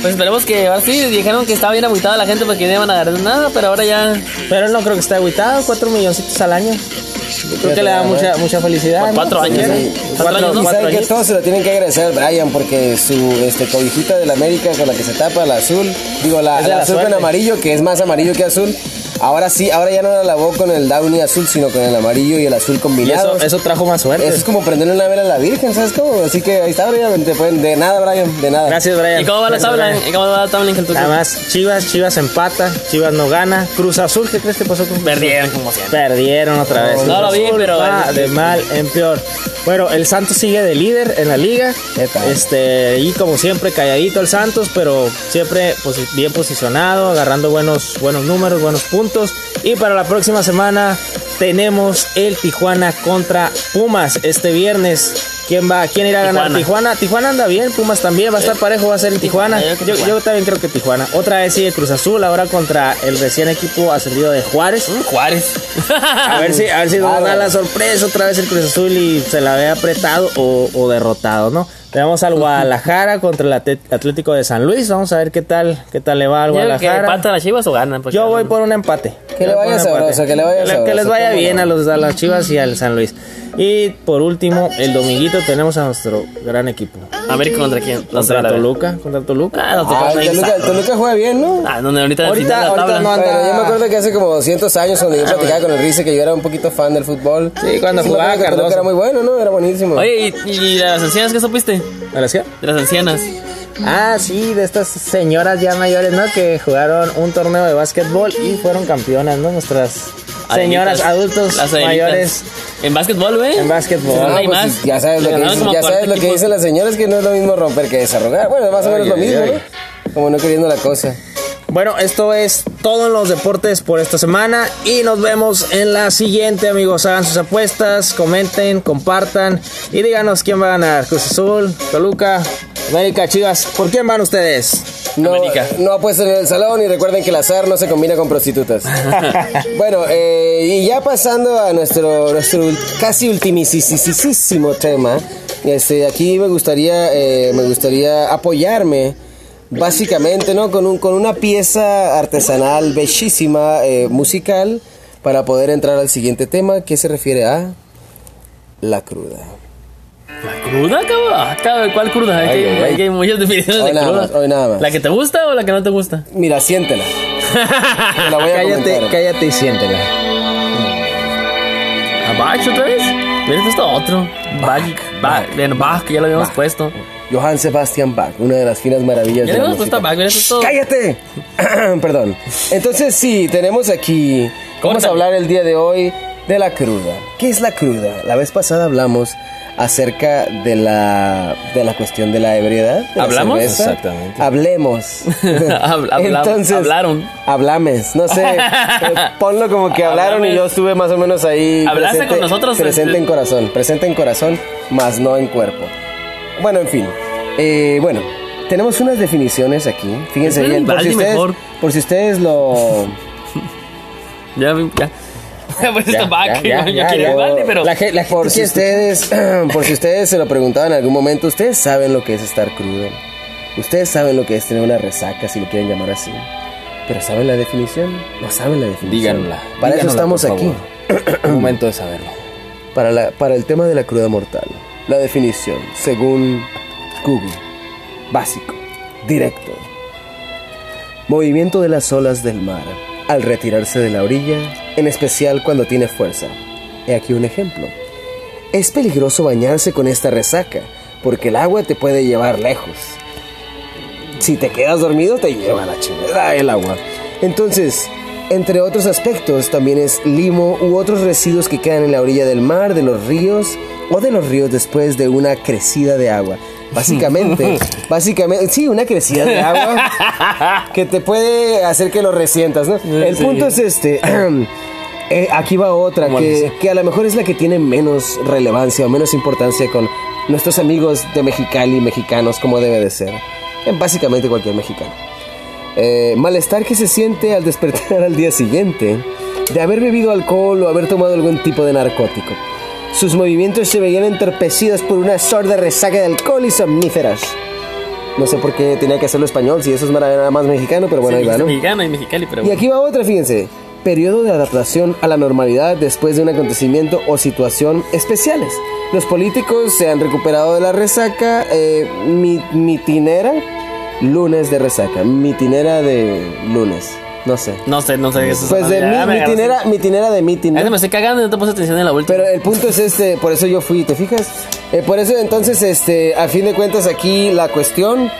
A: Pues esperemos que ahora sí, dijeron que estaba bien aguitada la gente porque no iban a ganar nada, pero ahora ya
C: Pero él no creo que esté agüitado, 4 milloncitos al año. Yo creo que le da mucha, mucha felicidad.
A: Por
C: ¿no?
A: cuatro años,
C: Cuatro-
A: ¿eh?
C: cuatro-
A: años, ¿no?
B: Y
C: cuatro
B: saben que
C: años.
B: todos se lo tienen que agradecer a Brian porque su este, cobijita de la América con la que se tapa, la azul, digo, la,
C: Es de
B: la
C: la
B: azul
C: suerte.
B: con amarillo, que es más amarillo que azul. Ahora sí, ahora ya no la lavó con el Downy azul, sino con el amarillo y el azul
C: Y
B: combinado.
C: eso, eso trajo más suerte.
B: Eso es como prenderle una vela a la Virgen, ¿sabes cómo? Así que ahí está, Brian. Te pueden, de nada, Brian, de nada.
C: Gracias, Brian.
A: ¿Y cómo va la
C: Gracias,
A: tabla?
C: Brian.
A: ¿Y cómo va la tabla en Kentucky?
C: Eh, Nada más, Chivas, Chivas empata, Chivas no gana. Cruz Azul, ¿qué crees que pasó con Cruz Azul?
A: Perdieron como siempre.
C: Perdieron otra vez.
A: No lo vi, pero-
C: Va de mal en peor. Bueno, el Santos sigue de líder en la liga.
B: Neta.
C: Este, y como siempre, calladito el Santos, pero siempre posi- bien posicionado, agarrando buenos, buenos números, buenos puntos. Y para la próxima semana tenemos el Tijuana contra Pumas este viernes. ¿Quién va? ¿Quién irá a ganar?
A: Tijuana.
C: Tijuana. Tijuana anda bien, Pumas también, va a estar parejo, va a ser en Tijuana.
A: Yo creo que
C: Yo,
A: Tijuana.
C: yo también creo que Tijuana. Otra vez sigue Cruz Azul, ahora contra el recién equipo ascendido de Juárez.
A: Mm. Juárez.
C: A ver si, a ver si nos da la sorpresa otra vez el Cruz Azul y se la ve apretado o, o derrotado, ¿no? Tenemos al Guadalajara contra el Ate- Atlético de San Luis. Vamos a ver qué tal, qué tal le va al
A: Yo creo que
C: Guadalajara.
A: empatan las chivas o ganan. pues, porque-
C: Yo voy por un empate.
B: Que le
C: Yo voy
B: vaya
C: por un empate.
B: sabroso, que le vaya
C: Que le- Que les
B: sabroso,
C: vaya
B: cómo
C: bien
B: no.
C: a, los, a las Chivas y al San Luis. Y por último, el dominguito tenemos a nuestro gran equipo.
A: América contra quién?
C: Contra
A: la-
C: Toluca, contra Toluca.
A: Ah, no te
B: Ah, el Toluca, el Toluca juega bien, ¿no?
A: Ah, no, no, ahorita
C: Ahorita-
A: necesitas la
C: ahorita
A: tabla.
C: no anda-
B: Bueno, yo me acuerdo que hace como 200 años cuando yo platicaba con el Rice que yo era un poquito fan del fútbol.
C: Ah, Sí, cuando
B: me acuerdo
C: jugaba
B: que el Toluca
C: Cardoso.
B: Era muy bueno, ¿no? Era buenísimo.
A: Oye, ¿y, y las ancianas qué supiste?
C: Gracias.
A: De las ancianas.
C: Ah, sí, de estas señoras ya mayores, ¿no? Que jugaron un torneo de básquetbol y fueron campeonas, ¿no? Nuestras señoras, adultos,
A: Las abuelitas.
C: mayores
A: En básquetbol, güey.
C: en
B: Ah,
A: No
C: básquetbol.
A: hay
B: pues,
A: más.
B: Ya sabes lo que,
A: Ganaron
B: dicen,
A: como
B: ya sabes
A: cuarenta
B: lo que
A: equipos.
B: dicen las señoras que no es lo mismo romper que desarrollar. Bueno, más o menos lo
C: Ay,
B: mismo,
C: ay,
B: ¿no? Como no queriendo la cosa.
C: Bueno, esto es todo en los deportes por esta semana y nos vemos en la siguiente, amigos. Hagan sus apuestas, comenten, compartan y díganos quién va a ganar. Cruz Azul, Toluca, América, Chivas. ¿Por quién van ustedes?
B: No,
A: América.
B: no apuesten en el salón y recuerden que el azar no se combina con prostitutas. bueno, eh, y ya pasando a nuestro, nuestro casi ultimisísimo tema, este, aquí me gustaría, eh, me gustaría apoyarme básicamente ¿no? con, un, con una pieza artesanal bellísima, eh, musical, para poder entrar al siguiente tema que se refiere a la cruda.
A: ¿La cruda, cabrón? Ah, cabrón, ¿Cuál cruda? Hay,
B: Ay,
A: que-
B: güey.
A: hay que hay muchas definiciones
B: Hoy
A: de
B: nada
A: cruda.
B: más, hoy nada más.
A: ¿La que te gusta o la que no te gusta?
B: Mira, siéntela. Te la voy a
C: Cállate,
B: comentar.
C: cállate y siéntela.
A: ¿Abajo Ah, otra vez? Mira, esto está otro. Bach. Bach. Bien, Bach, que ya lo habíamos puesto.
B: Johann Sebastian Bach, una de las finas maravillas
A: Ya le
B: de la
A: hemos puesto
B: música.
A: a Bach, mira, esto es todo.
B: ¡Cállate! Perdón. Entonces sí, tenemos aquí... Vamos
A: Córtale.
B: a hablar el día de hoy de la cruda. ¿Qué es la cruda? La vez pasada hablamos acerca de la, de la cuestión de la ebriedad. de la
A: ¿Hablamos?
B: cerveza.
C: Exactamente.
B: Hablemos.
A: Habl- hablamos, hablaron.
B: Hablames, no sé. eh, ponlo como que hablaron y
A: Hablames.
B: yo estuve más o menos ahí.
A: Hablaste con nosotros,
B: Presente
A: este-
B: en corazón, presente en corazón, más no en cuerpo. Bueno, en fin. Eh, bueno, tenemos unas definiciones aquí. Fíjense
A: Espera,
B: bien. Por si,
A: Ibaldi
B: ustedes,
A: mejor.
B: por si ustedes lo.
A: Ya, ya. Ya he puesto Pues, Bach.
C: ya,
A: yo- Yo
C: ya,
A: quiero
C: ya.
A: el Baldi, pero.
C: La, ge- la gente
B: Por
C: que
B: si ustedes. por si ustedes se lo preguntaban en algún momento, ustedes saben lo que es estar crudo. Ustedes saben lo que es tener una resaca, si lo quieren llamar así. Pero ¿saben la definición? No saben la definición.
C: Díganla.
B: Para eso
C: díganosla,
B: estamos
C: por
B: aquí.
C: favor. Es momento de saberlo.
B: Para, la- para el tema de la cruda mortal. La definición, según Google. Básico, directo. Movimiento de las olas del mar al retirarse de la orilla, en especial cuando tiene fuerza. He aquí un ejemplo. Es peligroso bañarse con esta resaca, porque el agua te puede llevar lejos. Si te quedas dormido, te lleva la chingada el agua. Entonces, entre otros aspectos, también es limo u otros residuos que quedan en la orilla del mar, de los ríos o de los ríos después de una crecida de agua. Básicamente, básicamente, sí, una crecida de agua que te puede hacer que lo resientas, ¿no? El
A: Sí.
B: punto es este. eh, aquí va otra,
A: Como
B: que,
A: dice.
B: que a lo mejor es la que tiene menos relevancia o menos importancia con nuestros amigos de Mexicali, mexicanos, como debe de ser. Eh, Básicamente cualquier mexicano. Eh, malestar que se siente al despertar al día siguiente de haber bebido alcohol o haber tomado algún tipo de narcótico. Sus movimientos se veían entorpecidos por una sorda resaca de alcohol y somníferas. No sé por qué tenía que hacerlo español, si eso es nada más mexicano, pero bueno,
A: Sí,
B: ahí va,
A: es
B: ¿no?
A: mexicano y mexicali, pero
B: Y
A: bueno.
B: aquí va otra, fíjense. Periodo de adaptación a la normalidad después de un acontecimiento o situación especiales. Los políticos se han recuperado de la resaca eh, mi- mitinera, lunes de resaca, mitinera de lunes, no sé.
A: No sé, no sé. eso es-
B: Pues de
A: ya Ah, me
B: mi,
A: agarraste.
B: mitinera, mitinera de mitin. ¿no?
A: Ahí me estoy cagando y no te puse atención en la vuelta.
B: Pero el punto es este, por eso yo fui, ¿te fijas? Eh, por eso entonces, este, a fin de cuentas aquí la cuestión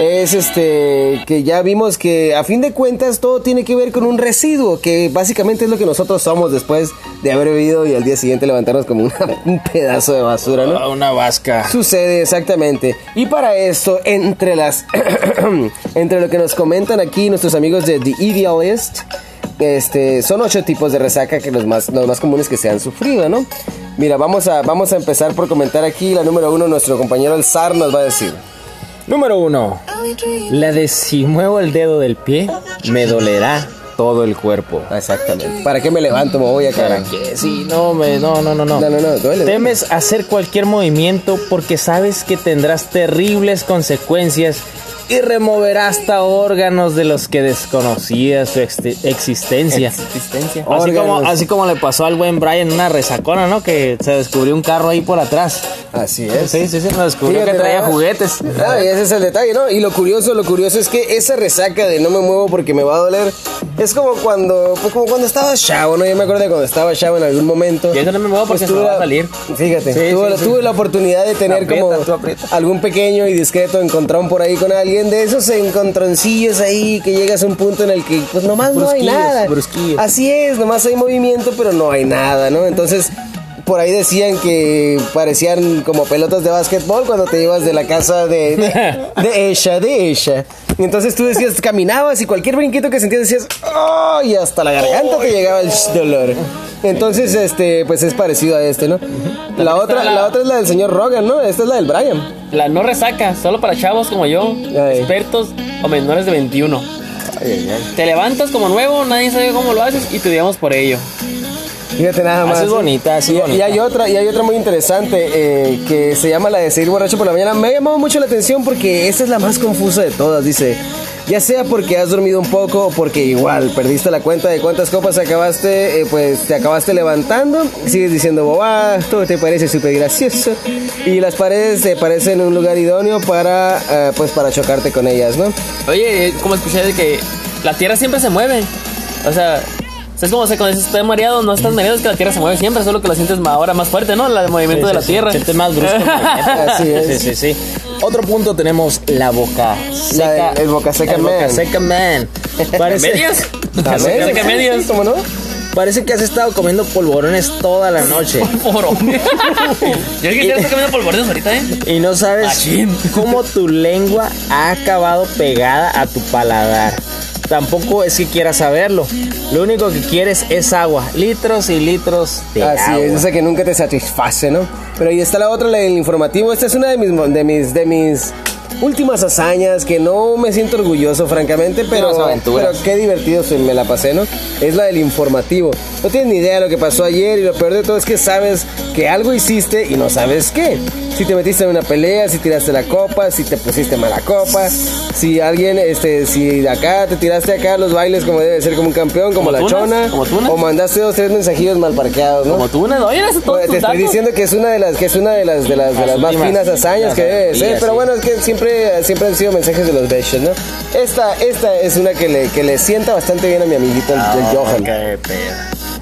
B: es este que ya vimos que a fin de cuentas todo tiene que ver con un residuo que básicamente es lo que nosotros somos después de haber bebido y al día siguiente levantarnos como una- un pedazo de basura, ¿no?
C: Ah, Una vasca.
B: Sucede exactamente. Y para esto, entre las entre lo que nos comentan aquí nuestros amigos de The Idealist, este, son ocho tipos de resaca que los más, los más comunes que se han sufrido, ¿no? Mira, vamos a, vamos a empezar por comentar aquí la número uno, nuestro compañero el zar nos va a decir.
C: Número uno. La de si muevo el dedo del pie, me dolerá todo el cuerpo.
B: Exactamente. ¿Para qué me levanto? Me voy a
C: ¿Para
B: cara.
C: qué? Sí, no, me, no, no, no, no.
B: No, no, no, duele.
C: Temes hacer cualquier movimiento porque sabes que tendrás terribles consecuencias y removerás hasta órganos de los que desconocías su exte- existencia.
A: Existencia.
C: Así como,
B: Órganos.
C: así como le pasó al buen Brian una resacona, ¿no? Que se descubrió un carro ahí por atrás.
B: Así es.
C: Sí, sí, sí, nos descubrió
B: Fíjate,
C: que traía
B: ¿verdad?
C: juguetes.
B: Ah, y ese es el detalle, ¿no? Y lo curioso, lo curioso es que esa resaca de no me muevo porque me va a doler es como cuando, pues como cuando estaba chavo, ¿no? Yo me acuerdo de cuando estaba chavo en algún momento. Pues
A: Yo no me muevo porque se me
B: tuve
A: va a
B: la-
A: salir.
B: Fíjate,
C: Sí,
B: tuve,
C: sí,
B: la-
C: sí.
B: tuve la oportunidad de tener
C: Aprieta, tú
B: como
C: aprieta.
B: algún pequeño y discreto encontrón por ahí con alguien de esos encontroncillos ahí que llegas a un punto en el que pues nomás no hay
C: Brusquillos,
B: nada.
C: brusquillos.
B: Así es, nomás hay movimiento, pero no hay nada, ¿no? Entonces, por ahí decían que parecían como pelotas de básquetbol cuando te ibas de la casa de, de, de ella, de ella. Y entonces tú decías, caminabas y cualquier brinquito que sentías decías, ¡oh! Y hasta la garganta te llegaba el dolor. Entonces, este, pues es parecido a este, ¿no? La otra, la otra es la del señor Rogan, ¿no? Esta es la del Brian.
A: La no resaca, solo para chavos como yo,
B: Ay.
A: expertos o menores de 21. Te levantas como nuevo, nadie sabe cómo lo haces y te odiamos por ello.
B: Fíjate nada más.
C: Así es bonita, así
B: Y,
C: es
B: y
C: bonita.
B: hay otra, y hay otra muy interesante eh, que se llama la de seguir borracho por la mañana. Me ha llamado mucho la atención porque esta es la más confusa de todas. Dice, ya sea porque has dormido un poco o porque igual perdiste la cuenta de cuántas copas acabaste, eh, pues te acabaste levantando, sigues diciendo bobadas, todo te parece súper gracioso y las paredes te parecen un lugar idóneo para, eh, pues para chocarte con ellas, ¿no?
A: Oye, eh, como escuché de que la tierra siempre se mueve. O sea, ¿sabes cómo se cuando estás mareado? No estás mareado, es que la tierra se mueve siempre, solo que lo sientes ma- ahora más fuerte, ¿no? La- El movimiento de
C: Sí, sí,
A: la
C: sí.
A: tierra.
C: Sientes más brusco. el movimiento.
B: Así es.
C: Sí, sí, sí. Otro punto tenemos la boca seca.
B: del- el boca seca
C: El boca
B: man.
C: seca man.
A: ¿Medias?
B: A
A: Se
B: ver,
A: me hace que
B: sí,
A: medias.
B: sí, ¿Cómo no?
C: parece que has estado comiendo polvorones toda la noche.
A: Polvorones. Yo es que ya estoy comiendo polvorones ahorita, ¿eh?
C: Y no sabes
A: Machín.
C: cómo tu lengua ha acabado pegada a tu paladar. Tampoco es que quieras saberlo. Lo único que quieres es agua. Litros y litros de
B: Así
C: agua.
B: es, esa que nunca te satisface, ¿no? Pero ahí está la otra, la del informativo. Esta es una de mis, de mis, de mis últimas hazañas que no me siento orgulloso, francamente, pero,
C: Últimas aventuras.
B: pero qué divertido se me la pasé, ¿no? Es la del informativo. No tienes ni idea de lo que pasó ayer y lo peor de todo es que sabes que algo hiciste y no sabes qué. Si te metiste en una pelea, si tiraste la copa, si te pusiste mala copa, si alguien, este, si de acá te tiraste acá los bailes como debe ser, como un campeón,
A: Como
B: como, la
A: tunas,
B: chona,
A: como tunas.
B: o mandaste dos, tres mensajillos mal parqueados, ¿no?
A: Como tú, ¿no? Oye, hace todo
B: Bueno, te estoy diciendo que es una de las que es una de las de las, de
A: Las
B: las más
A: últimas,
B: finas hazañas
C: las
B: que debe de ser,
C: aventuras,
B: pero
C: sí.
B: bueno, es que siempre siempre han sido mensajes de los bechos, ¿no? Esta esta es una que le que le sienta bastante bien a mi amiguito el, el Johan.
A: Qué pedo.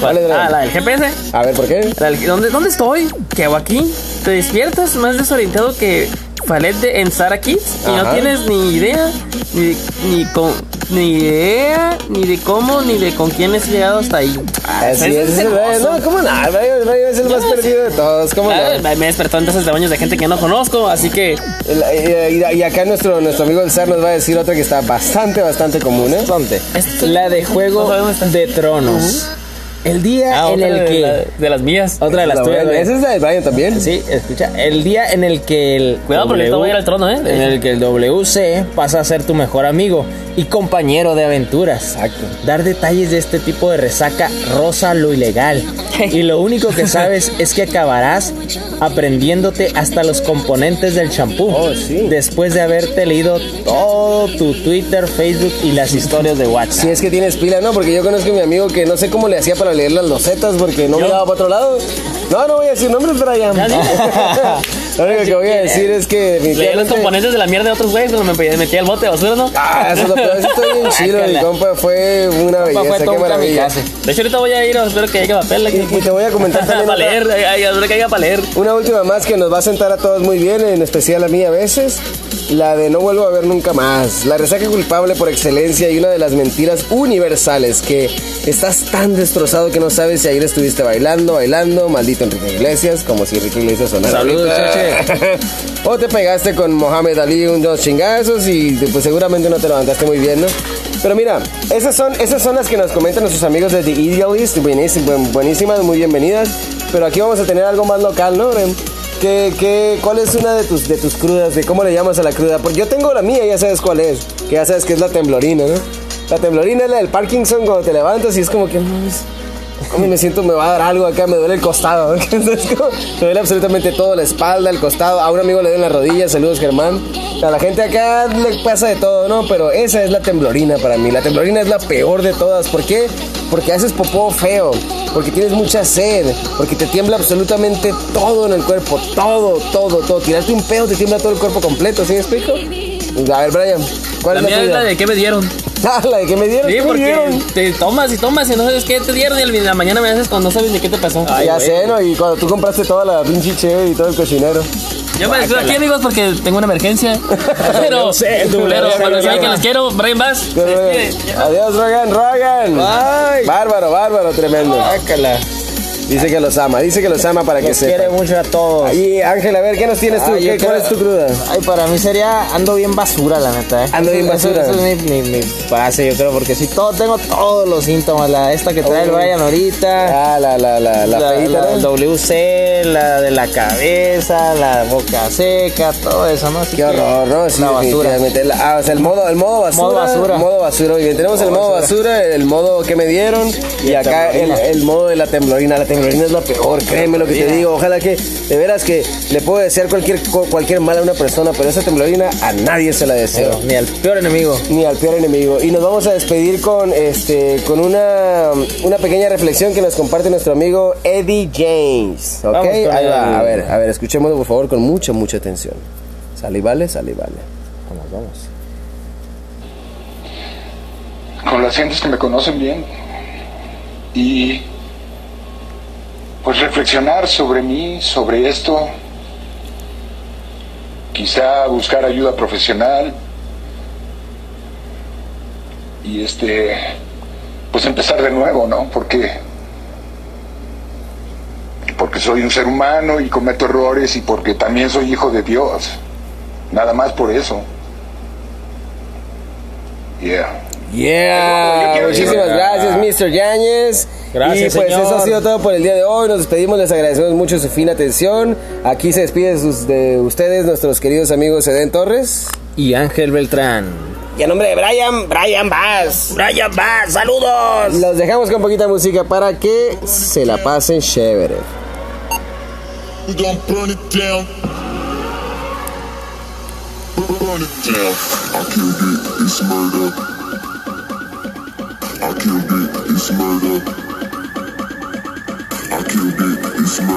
B: ¿Cuál es la-
A: Ah, la del GPS.
B: A ver, ¿por qué?
A: La del- ¿Dónde, ¿Dónde estoy? ¿Qué hago aquí? Te despiertas más desorientado que Falet de en Sara Kids y
B: Ajá.
A: no tienes ni idea, ni, de- ni, con, ni idea, ni de cómo, ni de con quién has llegado hasta ahí. Ah,
B: Así
A: ese
B: es, es el
A: hermoso.
B: Brian. no, cómo no, el Brian, el Brian es el más
A: sé.
B: perdido de todos, cómo no.
A: Ah, Me despertó entonces de baños de gente que no conozco, así que
B: El- eh, Y, y- y acá nuestro nuestro amigo el Sar nos va a decir otra que está bastante bastante común, ¿eh?
C: Ponte.
A: Esto-
C: La de
A: No
C: Juego
A: sabemos tanto.
C: de Tronos. El día
A: Ah,
C: en
A: otra
C: el
A: de
C: que...
A: la- de las mías.
C: Otra de las
B: La buena.
C: tuyas. güey.
B: Esa es la del Brian también.
C: Sí, escucha. El día en el que el...
A: Cuidado, porque esto va a ir al trono, ¿eh?
C: En el que el WC pasa a ser tu mejor amigo y compañero de aventuras.
B: Exacto.
C: Dar detalles de este tipo de resaca rosa lo ilegal. Y lo único que sabes es que acabarás aprendiéndote hasta los componentes del champú.
B: Oh, sí.
C: Después de haberte leído todo tu Twitter, Facebook y las historias de WhatsApp.
B: Si es que tienes pila, no, porque yo conozco a mi amigo que no sé cómo le hacía para leer las losetas porque no me daba para otro lado. No, no voy a decir nombres, Brian. Lo único que voy a decir es que
A: Leí los
B: definitivamente...
A: componentes de la mierda de otros güeyes cuando me metí al bote de basura, ¿no?
B: Ah, eso es lo peor, eso estoy bien chido, mi compa fue una
C: Papá,
B: belleza,
C: fue todo
B: qué
C: un
B: maravilla.
C: kamikaze.
A: De hecho, ahorita voy a ir, espero que haya papel.
B: Y,
A: aquí.
B: y te voy a comentar también
A: para
B: otra-
A: leer, ay, ay, espero que haya para leer.
B: una última más que nos va a sentar a todos muy bien, en especial a mí a veces. La de no vuelvo a ver nunca más. La resaca culpable por excelencia y una de las mentiras universales que estás tan destrozado que no sabes si ayer estuviste bailando, bailando, maldito Enrique Iglesias, como si Enrique Iglesias sonara.
C: Saludos,
B: ahorita. o te pegaste con Mohamed Ali unos chingazos y pues seguramente no te levantaste muy bien, ¿no? Pero mira, esas son, esas son las que nos comentan nuestros amigos de The Idealist, buenísim- buen- buenísimas, muy bienvenidas. Pero aquí vamos a tener algo más local, ¿no? Bren? ¿Qué, qué, ¿Cuál es una de tus, de tus crudas? ¿De cómo le llamas a la cruda? Porque yo tengo la mía, ya sabes cuál es. Que ya sabes que es la temblorina, ¿no? La temblorina es la del Parkinson cuando te levantas y es como que... "Mm, Ay, me siento, me va a dar algo acá, me duele el costado. Entonces, como, me duele absolutamente todo, la espalda, el costado. A un amigo le duele la rodilla, saludos Germán. A la gente acá le pasa de todo, ¿no? Pero esa es la temblorina para mí. La temblorina es la peor de todas. ¿Por qué? Porque haces popó feo, porque tienes mucha sed, porque te tiembla absolutamente todo en el cuerpo. Todo, todo, todo. Tirarte un pedo te tiembla todo el cuerpo completo, ¿sí me explico? A ver, Brian, ¿cuál
A: La
B: es la
A: mía es
B: tuya?
A: la de qué me dieron.
B: Ah, la de que me dieron.
A: Sí,
B: ¿qué me
A: porque
B: dieron?
A: te tomas y tomas y no sabes qué te dieron y al- en la mañana me haces cuando no sabes ni qué te pasó.
B: Ah, ya sé, ¿no? Y cuando tú compraste toda la pinche cheve y todo el cochinero.
A: Yo me despido aquí, amigos, porque tengo una emergencia. Pero,
B: Yo sé, tú,
A: pero,
B: yo sé,
A: pero
B: yo
A: saben
B: sé.
A: que los quiero. Brian Este, Bass. se despide.
B: Adiós, Rogan, Rogan.
C: Bye.
B: Bárbaro, bárbaro, tremendo.
C: Guácala.
B: Dice que los ama, dice que los ama para que
C: Los
B: se.
C: quiere mucho a todos.
B: Y Ángel, a ver, ¿qué nos tienes tú?
C: Ah, yo
B: ¿Qué, ¿Cuál
C: creo-
B: es tu cruda?
C: Ay, para mí sería ando bien basura, la neta, ¿eh?
B: Ando bien
C: Eso-
B: basura.
C: Eso, es mi, mi, mi frase, yo creo, porque si todo, tengo todos los síntomas. La esta que trae el
B: Oh.
C: Brian ahorita.
B: Ah, la, la, la, la, feíta,
C: la-
B: ¿no?
C: el WC, la de la cabeza, la boca seca, todo eso, ¿no? Así
B: Qué
C: que-
B: horror, ¿no? Sí,
C: la basura.
B: definitivamente. La- ah, o sea, el modo, el modo basura.
C: Modo basura.
B: Modo basura. Muy bien, tenemos el modo basura. el modo que me dieron. Y,
C: el
B: acá el,
C: temblorina.
B: el modo de la temblorina. La temblorina es la peor, créeme lo que te digo. Ojalá que, de veras que le puedo desear cualquier, co- cualquier mal a una persona, pero esa temblorina a nadie se la deseo
C: Ni el peor enemigo.
B: ni al peor enemigo. Y nos vamos a despedir con este con una, una pequeña reflexión que nos comparte nuestro amigo Eddie James. ¿Ok?
C: Vamos con
B: Ahí va. A
C: el-
B: ver, a ver, escuchémoslo por favor con mucha, mucha atención. Sale y vale, sale y vale.
C: Vamos, vamos.
D: con las gentes que me conocen bien y pues reflexionar sobre mí, sobre esto, quizá buscar ayuda profesional y este pues empezar de nuevo, ¿no? Porque porque soy un ser humano y cometo errores y porque también soy hijo de Dios. Nada más por eso. Yeah.
B: Yeah.
D: Yo quiero decir-
B: Muchísimas gracias, Mr. Yáñez.
C: Gracias,
B: y pues
C: señor.
B: eso ha sido todo por el día de hoy. Nos despedimos, les agradecemos mucho su fina atención. Aquí se despide sus- de ustedes nuestros queridos amigos Edén Torres.
C: Y Ángel Beltrán.
B: Y a nombre de Brian, Brian Bass. Brian Bass, saludos. Los dejamos con poquita música para que se la pasen chévere.
E: We gon' burn it down. Burn it down. I killed it, it's murder. I killed it, it's murder. I killed it, it's murder.